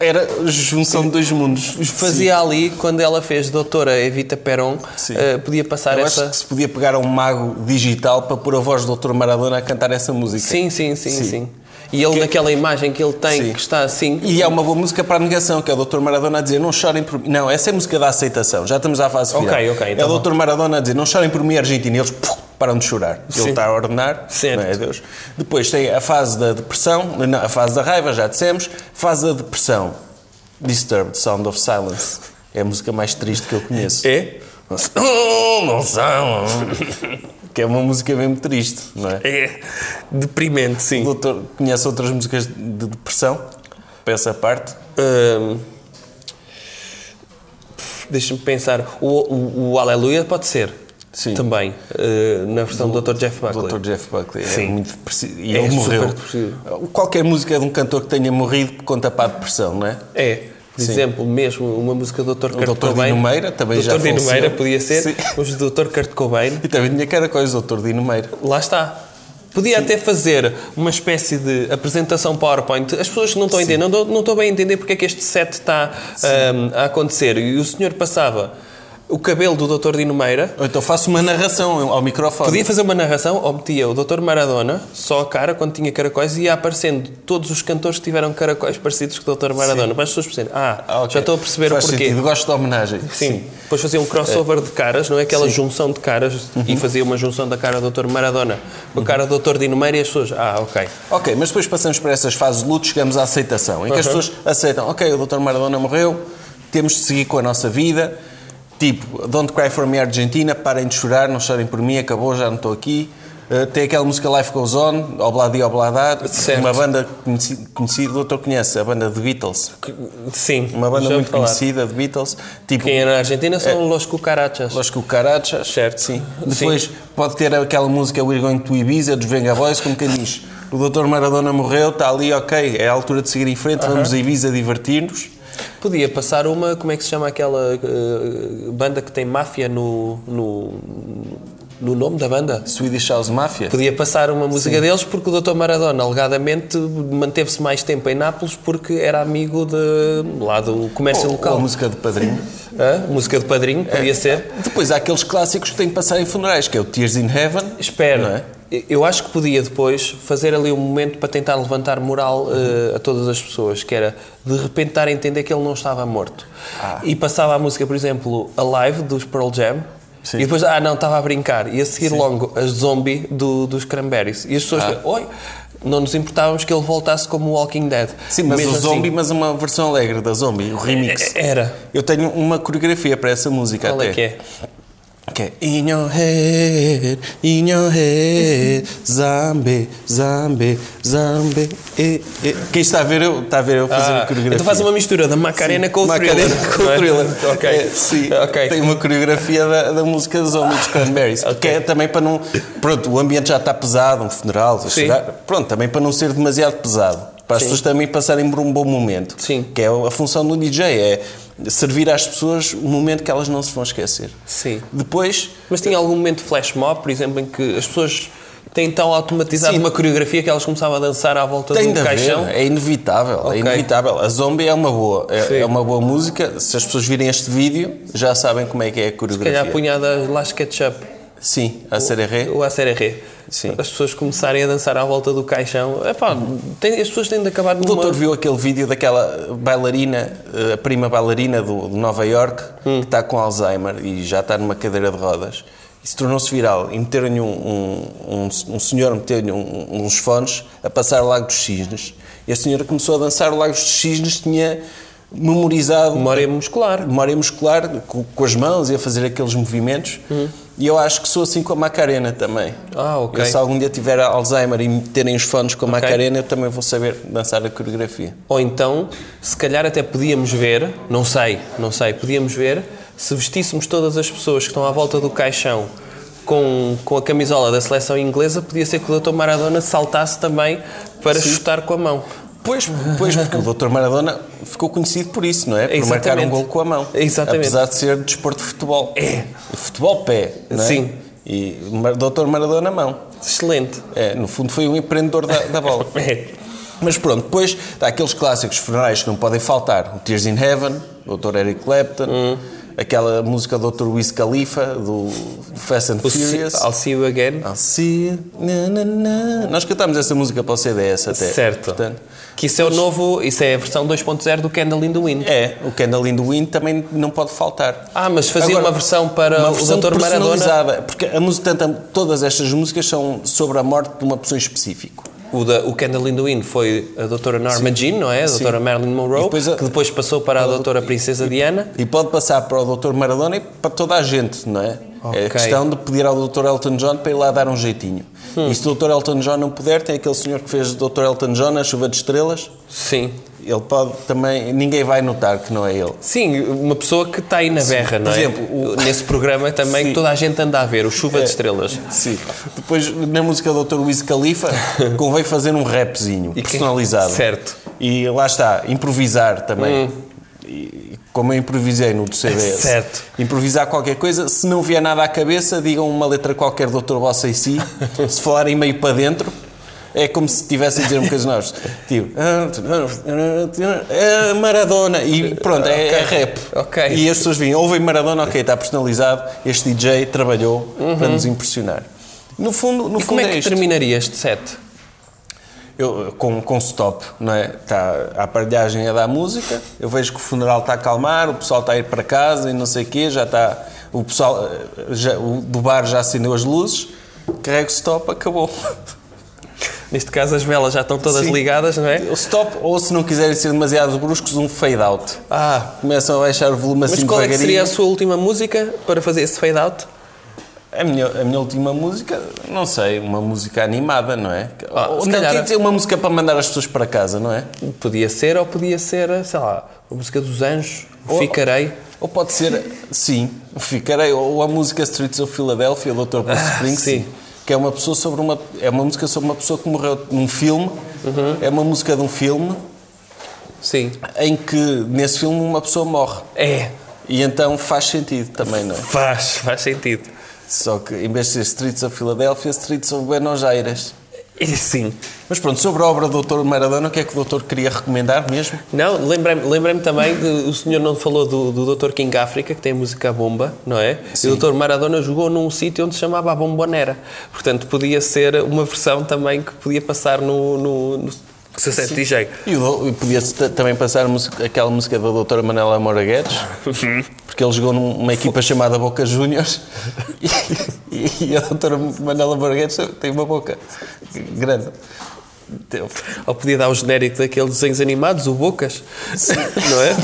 [SPEAKER 1] Era a junção de dois mundos.
[SPEAKER 2] Fazia ali, quando ela fez Doutora Evita Peron,
[SPEAKER 1] Sim.
[SPEAKER 2] uh, podia passar
[SPEAKER 1] Eu
[SPEAKER 2] essa.
[SPEAKER 1] acho que se podia pegar a um mago digital para pôr a voz do Dr. Maradona a cantar essa música.
[SPEAKER 2] Sim, sim, sim,
[SPEAKER 1] Sim.
[SPEAKER 2] sim, E ele, naquela imagem que ele tem,
[SPEAKER 1] Sim.
[SPEAKER 2] que está assim.
[SPEAKER 1] E é uma boa música para a negação, que é o Dr. Maradona a dizer não chorem por mim. Não, essa é a música da aceitação. Já estamos à fase final.
[SPEAKER 2] Ok, ok, então
[SPEAKER 1] é o
[SPEAKER 2] vá.
[SPEAKER 1] Dr. Maradona a dizer não chorem por mim, Argentina. E eles puf, param de chorar.
[SPEAKER 2] Sim.
[SPEAKER 1] Ele está a ordenar.
[SPEAKER 2] Certo.
[SPEAKER 1] Não é Deus. Depois tem a fase da depressão, não, a fase da raiva, já dissemos. Fase da depressão. Disturbed, Sound of Silence. É a música mais triste que eu conheço.
[SPEAKER 2] É?
[SPEAKER 1] Não são. Que é uma música mesmo triste, não é?
[SPEAKER 2] É. Deprimente, sim.
[SPEAKER 1] Doutor, conhece outras músicas de depressão? Para essa parte?
[SPEAKER 2] Hum. Deixa-me pensar. O, o, o Aleluia pode ser.
[SPEAKER 1] Sim.
[SPEAKER 2] Também. eh, na versão do, Dr. Jeff Buckley.
[SPEAKER 1] Dr. Jeff Buckley
[SPEAKER 2] Sim.
[SPEAKER 1] é muito depressivo. E
[SPEAKER 2] É
[SPEAKER 1] ele
[SPEAKER 2] super
[SPEAKER 1] morreu.
[SPEAKER 2] depressivo.
[SPEAKER 1] Qualquer música de um cantor que tenha morrido conta para a depressão, não é?
[SPEAKER 2] É. Por
[SPEAKER 1] Sim.
[SPEAKER 2] exemplo, mesmo uma música do Dr. Kurt
[SPEAKER 1] Dr. Dino
[SPEAKER 2] Cobain.
[SPEAKER 1] Meira também
[SPEAKER 2] Dr.
[SPEAKER 1] já
[SPEAKER 2] Dino
[SPEAKER 1] faleceu.
[SPEAKER 2] Meira podia ser.
[SPEAKER 1] Sim.
[SPEAKER 2] Os do Dr. Kurt Cobain.
[SPEAKER 1] E também tinha cada coisa, o Dr. Dino Meira.
[SPEAKER 2] Lá está. Podia até fazer uma espécie de apresentação PowerPoint. As pessoas não estão a entender, não, estão- não estão bem a entender porque é que este set está ahm, a acontecer. E o senhor passava o cabelo do Dr. Dino Meira,
[SPEAKER 1] Ou então faço uma narração ao microfone.
[SPEAKER 2] podia fazer uma narração, ou metia o Dr. Maradona, só a cara, quando tinha caracóis, e ia aparecendo todos os cantores que tiveram caracóis parecidos com o Dr. Maradona. Para as pessoas perceberem, ah,
[SPEAKER 1] Ah, ok.
[SPEAKER 2] já estou a perceber
[SPEAKER 1] Faz
[SPEAKER 2] o porquê.
[SPEAKER 1] Sentido. Gosto da homenagem.
[SPEAKER 2] Sim. Depois fazia um crossover de caras, não é? Aquela junção de caras e fazia uma junção da cara do Dr. Maradona com a cara do Dr. Dino Meira e as pessoas. Ah, ok.
[SPEAKER 1] Ok, mas depois passamos por essas fases de luto, chegamos à aceitação, em que as
[SPEAKER 2] Uhum.
[SPEAKER 1] pessoas aceitam, ok, o Dr. Maradona morreu, temos de seguir com a nossa vida, tipo, Don't Cry For Me Argentina, parem de chorar, não chorem por mim, acabou, já não estou aqui. Uh, tem aquela música Life Goes On, Obladi Obladá,
[SPEAKER 2] Certo.
[SPEAKER 1] uma banda conheci- conhecida, o doutor conhece, a banda The Beatles,
[SPEAKER 2] Que- Sim.
[SPEAKER 1] uma banda
[SPEAKER 2] já ouvi
[SPEAKER 1] muito
[SPEAKER 2] falar.
[SPEAKER 1] conhecida, The Beatles, tipo,
[SPEAKER 2] Quem é na Argentina são Los Cucarachas.
[SPEAKER 1] Los Cucarachas.
[SPEAKER 2] Certo.
[SPEAKER 1] Sim.
[SPEAKER 2] Sim.
[SPEAKER 1] Depois pode ter aquela música We're Going to Ibiza dos Venga Boys, como quem diz. O Dr. Maradona morreu, está ali, ok, é a altura de seguir em frente, vamos a Ibiza divertir-nos.
[SPEAKER 2] Podia passar uma, como é que se chama aquela eh, banda que tem máfia no, no, no nome da banda?
[SPEAKER 1] Swedish House Mafia.
[SPEAKER 2] Podia passar uma música deles porque o Dr. Maradona alegadamente manteve-se mais tempo em Nápoles porque era amigo de, lá do comércio
[SPEAKER 1] Ou
[SPEAKER 2] local.
[SPEAKER 1] a música de padrinho.
[SPEAKER 2] Hã? música de padrinho, podia
[SPEAKER 1] É.
[SPEAKER 2] ser.
[SPEAKER 1] Depois há aqueles clássicos que têm que passar em funerais, que é o Tears in Heaven.
[SPEAKER 2] Espero.
[SPEAKER 1] Não é?
[SPEAKER 2] Eu acho que podia depois fazer ali um momento para tentar levantar moral eh, a todas as pessoas, que era de repente dar a entender que ele não estava morto.
[SPEAKER 1] Ah.
[SPEAKER 2] E passava a música, por exemplo, Alive dos Pearl Jam.
[SPEAKER 1] Sim.
[SPEAKER 2] E depois, ah não, estava a brincar. E a seguir logo, as Zombie do- dos Cranberries. E as pessoas,
[SPEAKER 1] Ah.
[SPEAKER 2] oi, não nos importávamos que ele voltasse como o Walking Dead.
[SPEAKER 1] Sim, mas
[SPEAKER 2] Mesmo
[SPEAKER 1] o Zombie,
[SPEAKER 2] assim,
[SPEAKER 1] mas uma versão alegre da Zombie, o remix.
[SPEAKER 2] Era.
[SPEAKER 1] Eu tenho uma coreografia para essa música
[SPEAKER 2] É, Qual
[SPEAKER 1] até.
[SPEAKER 2] é que é?
[SPEAKER 1] Que é In your head, in your head, zambe, zambe, zambe. eh, eh. Quem está a ver eu, está a ver eu fazer
[SPEAKER 2] Ah,
[SPEAKER 1] a coreografia.
[SPEAKER 2] então faz uma mistura da Macarena com o
[SPEAKER 1] Macarena
[SPEAKER 2] Thriller.
[SPEAKER 1] com o
[SPEAKER 2] não é?
[SPEAKER 1] thriller.
[SPEAKER 2] ok.
[SPEAKER 1] É, sim.
[SPEAKER 2] Ok.
[SPEAKER 1] Tem uma coreografia da, da música dos Homens dos Cranberries.
[SPEAKER 2] Ok.
[SPEAKER 1] Que é também para não. Pronto, o ambiente já está pesado, um funeral, a
[SPEAKER 2] Sim.
[SPEAKER 1] chorar. Pronto, também para não ser demasiado pesado. Para as
[SPEAKER 2] Sim.
[SPEAKER 1] pessoas também passarem por um bom momento.
[SPEAKER 2] Sim.
[SPEAKER 1] Que é a função do DJ, é servir às pessoas um momento que elas não se vão esquecer.
[SPEAKER 2] Sim.
[SPEAKER 1] Depois,
[SPEAKER 2] Mas tinha algum momento de flash mob, por exemplo, em que as pessoas têm tão automatizado
[SPEAKER 1] Sim.
[SPEAKER 2] uma coreografia que elas começavam a dançar à volta
[SPEAKER 1] Tem
[SPEAKER 2] do
[SPEAKER 1] de haver,
[SPEAKER 2] um caixão?
[SPEAKER 1] é inevitável,
[SPEAKER 2] Ok.
[SPEAKER 1] é inevitável. A Zombie é uma boa,
[SPEAKER 2] Sim.
[SPEAKER 1] é, é uma boa música. Se as pessoas virem este vídeo, já sabem como é que é a
[SPEAKER 2] Se calhar
[SPEAKER 1] coreografia.
[SPEAKER 2] apunhada lá SketchUp
[SPEAKER 1] Sim, a CRR.
[SPEAKER 2] ou a série
[SPEAKER 1] Sim.
[SPEAKER 2] As pessoas começarem a dançar à volta do caixão. Epá, tem, as pessoas têm de acabar
[SPEAKER 1] O
[SPEAKER 2] numa...
[SPEAKER 1] doutor viu aquele vídeo daquela bailarina, eh, a prima bailarina do, de Nova York,
[SPEAKER 2] Hum.
[SPEAKER 1] que está com Alzheimer e já está numa cadeira de rodas. Isso tornou-se viral e meteram-lhe um, um, um, um senhor meteu-lhe um- uns fones a passar o Lago dos Cisnes. E a senhora começou a dançar o Lago dos Cisnes, tinha memorizado
[SPEAKER 2] Memória muscular.
[SPEAKER 1] memória muscular co- com, as mãos e a fazer aqueles movimentos. E eu acho que sou assim com a Macarena também.
[SPEAKER 2] Ah, ok.
[SPEAKER 1] Eu, se algum dia tiver Alzheimer e me terem os fones com a Macarena, eu também vou saber dançar a coreografia.
[SPEAKER 2] Ou então, se calhar até podíamos ver, não sei, não sei, podíamos ver, se vestíssemos todas as pessoas que estão à volta do caixão com, com a camisola da seleção inglesa, podia ser que o Dr. Maradona saltasse também para chutar com a mão.
[SPEAKER 1] Pois, pois porque o Dr. Maradona ficou conhecido por isso, não é? Por marcar
[SPEAKER 2] Exatamente.
[SPEAKER 1] um gol com a mão.
[SPEAKER 2] Exatamente.
[SPEAKER 1] Apesar de ser desporto de futebol.
[SPEAKER 2] É.
[SPEAKER 1] Futebol pé, não é?
[SPEAKER 2] Sim.
[SPEAKER 1] E Mar- Dr. Maradona mão.
[SPEAKER 2] Excelente.
[SPEAKER 1] É, no fundo foi um empreendedor da, da bola.
[SPEAKER 2] É.
[SPEAKER 1] Mas pronto, depois há aqueles clássicos funerais que não podem faltar. O Tears in Heaven, o Dr. Eric Clapton, aquela música do Dr. Wiz Khalifa, do Fast and
[SPEAKER 2] O Ah, see,
[SPEAKER 1] Furious.
[SPEAKER 2] I'll see you again.
[SPEAKER 1] I'll see you. Na, na, na. Nós cantámos essa música para o CDS até.
[SPEAKER 2] certo.
[SPEAKER 1] Portanto,
[SPEAKER 2] que isso é o novo, isso é a versão 2.0 do Candle in the Wind.
[SPEAKER 1] é, o Candle in the Wind também não pode faltar.
[SPEAKER 2] Ah, mas fazia
[SPEAKER 1] Agora,
[SPEAKER 2] uma versão para
[SPEAKER 1] uma
[SPEAKER 2] o
[SPEAKER 1] versão
[SPEAKER 2] Dr. Maradona.
[SPEAKER 1] personalizada, porque a música, tanta- todas estas músicas são sobre a morte de uma pessoa em específico.
[SPEAKER 2] O, da, o Candle in the Wind foi a Doutora Norma Jean, não é? A Doutora Marilyn
[SPEAKER 1] E
[SPEAKER 2] Monroe,
[SPEAKER 1] depois a-
[SPEAKER 2] que depois passou para a Doutora Princesa Diana.
[SPEAKER 1] E pode passar para o Dr. Maradona e para toda a gente, não é? É
[SPEAKER 2] Ok.
[SPEAKER 1] questão de pedir ao Dr. Elton John para ir lá dar um jeitinho.
[SPEAKER 2] Hum.
[SPEAKER 1] E se o Dr. Elton John não puder, tem aquele senhor que fez o Dr. Elton John, a chuva de estrelas.
[SPEAKER 2] Sim.
[SPEAKER 1] Ele pode também. Ninguém vai notar que não é ele.
[SPEAKER 2] Sim, uma pessoa que está aí na berra, não
[SPEAKER 1] Por
[SPEAKER 2] é?
[SPEAKER 1] exemplo, o- É.
[SPEAKER 2] Nesse programa também que toda a gente anda a ver, o Chuva de Estrelas.
[SPEAKER 1] Sim. Depois, na música do Dr. Wiz Khalifa, convém fazer um rapzinho
[SPEAKER 2] E quem-
[SPEAKER 1] personalizado.
[SPEAKER 2] Certo.
[SPEAKER 1] E lá está, improvisar também.
[SPEAKER 2] Hum.
[SPEAKER 1] E, como eu improvisei no do CDS.
[SPEAKER 2] Certo.
[SPEAKER 1] Improvisar qualquer coisa. Se não vier nada à cabeça, digam uma letra qualquer do Dr. Bossa e si. se falarem meio para dentro, é como se estivessem a dizer um bocadinho nós. Tipo... "Ah, Maradona. E pronto, é, é rap.
[SPEAKER 2] Ok.
[SPEAKER 1] E as pessoas vinham, ouvem Maradona, ok, está personalizado. Este DJ trabalhou para nos impressionar. No fundo, no
[SPEAKER 2] Uhum. E
[SPEAKER 1] fundo
[SPEAKER 2] como é
[SPEAKER 1] é
[SPEAKER 2] que
[SPEAKER 1] isto.
[SPEAKER 2] terminaria este set?
[SPEAKER 1] Eu, com, com stop, não é? Está a aparelhagem a dar música, eu vejo que o funeral está a calmar, o pessoal está a ir para casa e não sei o quê, já está. O pessoal eh, já- o, do bar já acendeu as luzes, carrego stop, acabou.
[SPEAKER 2] Neste caso as velas já estão todas
[SPEAKER 1] Sim.
[SPEAKER 2] ligadas, não é?
[SPEAKER 1] O stop, ou se não quiserem ser demasiado bruscos, um fade out.
[SPEAKER 2] Ah,
[SPEAKER 1] Começam a baixar o volume assim
[SPEAKER 2] mas qual é que
[SPEAKER 1] devagarinho.
[SPEAKER 2] seria a sua última música para fazer esse fade out?
[SPEAKER 1] A minha, a minha última música, não sei, uma música animada, não é?
[SPEAKER 2] Ah,
[SPEAKER 1] Ou
[SPEAKER 2] se
[SPEAKER 1] não,
[SPEAKER 2] calhar-
[SPEAKER 1] quer dizer, uma música para mandar as pessoas para casa, não é?
[SPEAKER 2] Podia ser ou podia ser, sei lá, a música dos anjos,
[SPEAKER 1] Ou-
[SPEAKER 2] Ficarei.
[SPEAKER 1] Ou pode ser, sim, ficarei, ou a música Streets of Philadelphia, do Dr. Bruce Springsteen,
[SPEAKER 2] sim.
[SPEAKER 1] que é uma pessoa sobre uma é uma música sobre uma pessoa que morreu num filme, é uma música de um filme
[SPEAKER 2] Sim.
[SPEAKER 1] em que nesse filme uma pessoa morre.
[SPEAKER 2] É,
[SPEAKER 1] E então faz sentido também, não é?
[SPEAKER 2] faz, faz sentido.
[SPEAKER 1] Só que em vez de ser Streets of Philadelphia, Streets of Buenos Aires.
[SPEAKER 2] E sim.
[SPEAKER 1] Mas pronto, sobre a obra do Dr. Maradona, o que é que o Dr. queria recomendar mesmo?
[SPEAKER 2] Não, lembrei-me lembrei também, de, o senhor não falou do, do Dr. King África, que tem a música Bomba, não é? E o Dr. Maradona jogou num sítio onde se chamava a Bombonera. Portanto, podia ser uma versão também que podia passar no, no, no seu set DJ.
[SPEAKER 1] E o- e podia-se ta- também passar a música- aquela música da doutora Manela Moura Guedes, porque ele jogou num- numa equipa chamada Boca Juniors e, e a doutora Manela Moura Guedes tem uma boca grande. Teu.
[SPEAKER 2] Ou podia dar o genérico daqueles desenhos animados, o Bocas, não é?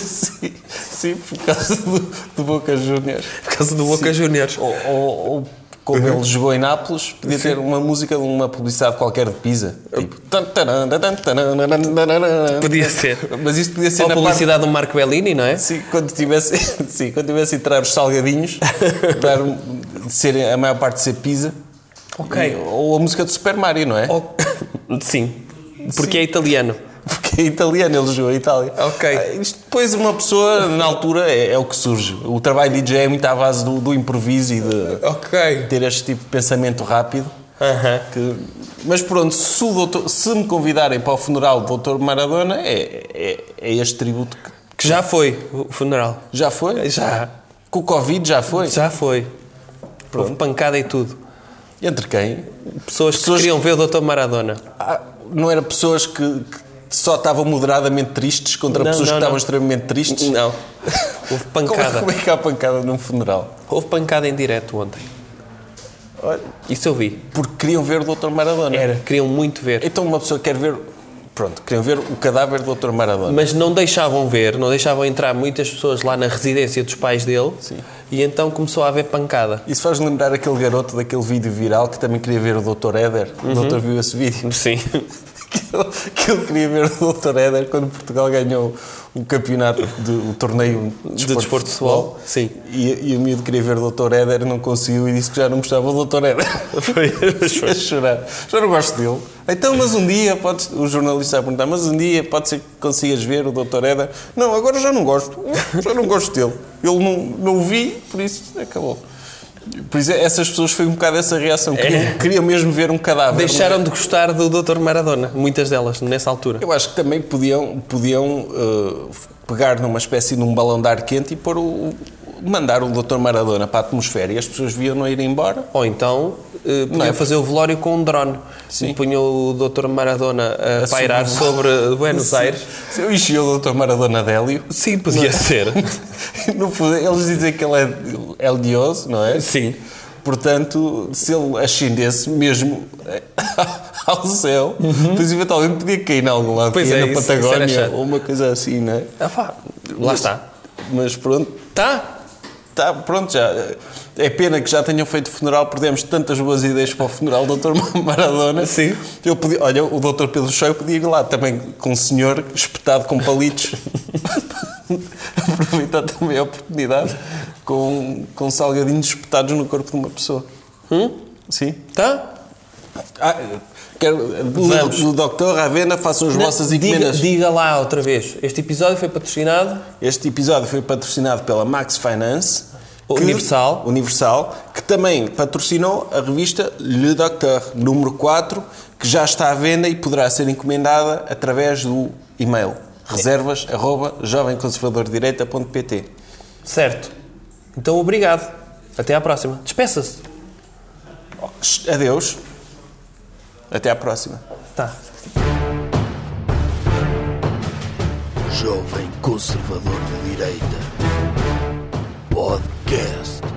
[SPEAKER 1] sim, sim, por causa do, do Boca Juniors.
[SPEAKER 2] Por causa do Boca Juniors.
[SPEAKER 1] Ou, ou- ou como ele jogou em Nápoles, podia ter uma música de uma publicidade qualquer de Pisa. Tipo, tan, taran, taran, taran, taran, taran.
[SPEAKER 2] Podia ser.
[SPEAKER 1] Mas isso podia ser
[SPEAKER 2] Ou a
[SPEAKER 1] na parte
[SPEAKER 2] publicidade do Marco Bellini, não é?
[SPEAKER 1] Sim, quando tivesse, sim, quando tivesse a entrar os salgadinhos, dar um- de ser, a maior parte de ser pizza.
[SPEAKER 2] Ok.
[SPEAKER 1] E- ou a música do Super Mario, não é?
[SPEAKER 2] Ou- Sim, porque é italiano.
[SPEAKER 1] Porque é italiano, ele jogou a Itália.
[SPEAKER 2] Ok.
[SPEAKER 1] Ah, Isto depois uma pessoa, na altura, é, é o que surge. O trabalho de DJ é muito à base do, do improviso e de
[SPEAKER 2] Ok.
[SPEAKER 1] ter este tipo de pensamento rápido. Que- mas pronto, se, o doutor- se me convidarem para o funeral do Dr. Maradona, é, é, é este tributo que
[SPEAKER 2] Que já foi o funeral.
[SPEAKER 1] já foi.
[SPEAKER 2] Já.
[SPEAKER 1] Com o Covid já foi.
[SPEAKER 2] Já foi. Houve pancada e tudo.
[SPEAKER 1] Entre quem?
[SPEAKER 2] Pessoas,
[SPEAKER 1] Pessoas-
[SPEAKER 2] que queriam ver o Dr. Maradona.
[SPEAKER 1] Ah, não eram pessoas que, que só estavam moderadamente tristes contra
[SPEAKER 2] Não,
[SPEAKER 1] pessoas
[SPEAKER 2] não,
[SPEAKER 1] que estavam
[SPEAKER 2] não.
[SPEAKER 1] extremamente tristes?
[SPEAKER 2] Não. Houve
[SPEAKER 1] Como, é-
[SPEAKER 2] pancada.
[SPEAKER 1] como é que há pancada num funeral?
[SPEAKER 2] Houve pancada em direto ontem.
[SPEAKER 1] Olha,
[SPEAKER 2] Isso eu vi.
[SPEAKER 1] Porque queriam ver o Dr. Maradona.
[SPEAKER 2] Era. Queriam muito ver.
[SPEAKER 1] Então uma pessoa quer ver. Pronto, queriam ver o cadáver do Dr. Maradona.
[SPEAKER 2] Mas não deixavam ver, não deixavam entrar muitas pessoas lá na residência dos pais dele.
[SPEAKER 1] Sim.
[SPEAKER 2] E então começou a haver pancada.
[SPEAKER 1] Isso faz lembrar aquele garoto daquele vídeo viral que também queria ver o Dr. Éder.
[SPEAKER 2] Uhum.
[SPEAKER 1] O doutor viu esse vídeo.
[SPEAKER 2] Sim.
[SPEAKER 1] Que ele- que ele queria ver o Dr. Éder quando Portugal ganhou o campeonato, de, o torneio de
[SPEAKER 2] De desporto de futebol. Sim.
[SPEAKER 1] E, e o miúdo queria ver o Dr. Éder, não conseguiu e disse que já não gostava do Dr. Éder.
[SPEAKER 2] Foi.
[SPEAKER 1] a chorar. Já não gosto dele. Então, mas um dia, podes, o jornalista a perguntar, mas um dia pode ser que consigas ver o Dr. Éder. Não, agora já não gosto. Já não gosto dele. Ele não, não o vi, por isso acabou. Por isso, essas pessoas foi um bocado essa reação. Queriam,
[SPEAKER 2] É.
[SPEAKER 1] queriam mesmo ver um cadáver.
[SPEAKER 2] Deixaram de gostar do Dr. Maradona, muitas delas, nessa altura.
[SPEAKER 1] Eu acho que também podiam, podiam eh, pegar numa espécie de um balão de ar quente e pôr o, mandar o Dr. Maradona para a atmosfera e as pessoas viam-no ir embora.
[SPEAKER 2] Ou então eh, podiam
[SPEAKER 1] é?
[SPEAKER 2] fazer o velório com um drone. Sim. Punha o Dr. Maradona a, pairar sobre Buenos Aires.
[SPEAKER 1] Se eu enchia o Dr. Maradona de hélio,
[SPEAKER 2] Sim, é. podia ser.
[SPEAKER 1] no fundo, eles dizem que ele é helioso, não é?
[SPEAKER 2] Sim.
[SPEAKER 1] Portanto, se ele ascendesse mesmo ao céu, pois eventualmente podia cair em algum lado,
[SPEAKER 2] Uhum. Pois
[SPEAKER 1] cair
[SPEAKER 2] é,
[SPEAKER 1] na
[SPEAKER 2] isso- isso era
[SPEAKER 1] Patagónia
[SPEAKER 2] chato.
[SPEAKER 1] ou uma coisa assim, não é?
[SPEAKER 2] Ah, pá, lá está.
[SPEAKER 1] Mas pronto,
[SPEAKER 2] Tá?
[SPEAKER 1] Tá, pronto, já. É pena que já tenham feito funeral, perdemos tantas boas ideias para o funeral do Dr. Maradona.
[SPEAKER 2] Sim.
[SPEAKER 1] Eu podia, olha, o Dr. Pedro Show podia ir lá também com um senhor espetado com palitos. Aproveitar também a oportunidade com, com salgadinhos espetados no corpo de uma pessoa.
[SPEAKER 2] Hum?
[SPEAKER 1] Sim.
[SPEAKER 2] Tá?
[SPEAKER 1] Ah, quero,
[SPEAKER 2] Vamos.
[SPEAKER 1] no, no Dr. Ravena façam as vossas
[SPEAKER 2] diga,
[SPEAKER 1] encomendas.
[SPEAKER 2] diga lá outra vez. Este episódio foi patrocinado.
[SPEAKER 1] Este episódio foi patrocinado pela Max Finance.
[SPEAKER 2] Universal.
[SPEAKER 1] Universal, que também patrocinou a revista Le Docteur, número 4, que já está à venda e poderá ser encomendada através do e-mail reservas arroba jovemconservadordireita.pt
[SPEAKER 2] Certo. Então, obrigado. Até à próxima. Despeça-se.
[SPEAKER 1] Adeus. Até à próxima.
[SPEAKER 2] Tá.
[SPEAKER 3] Jovem Conservador de Direita. Podcast.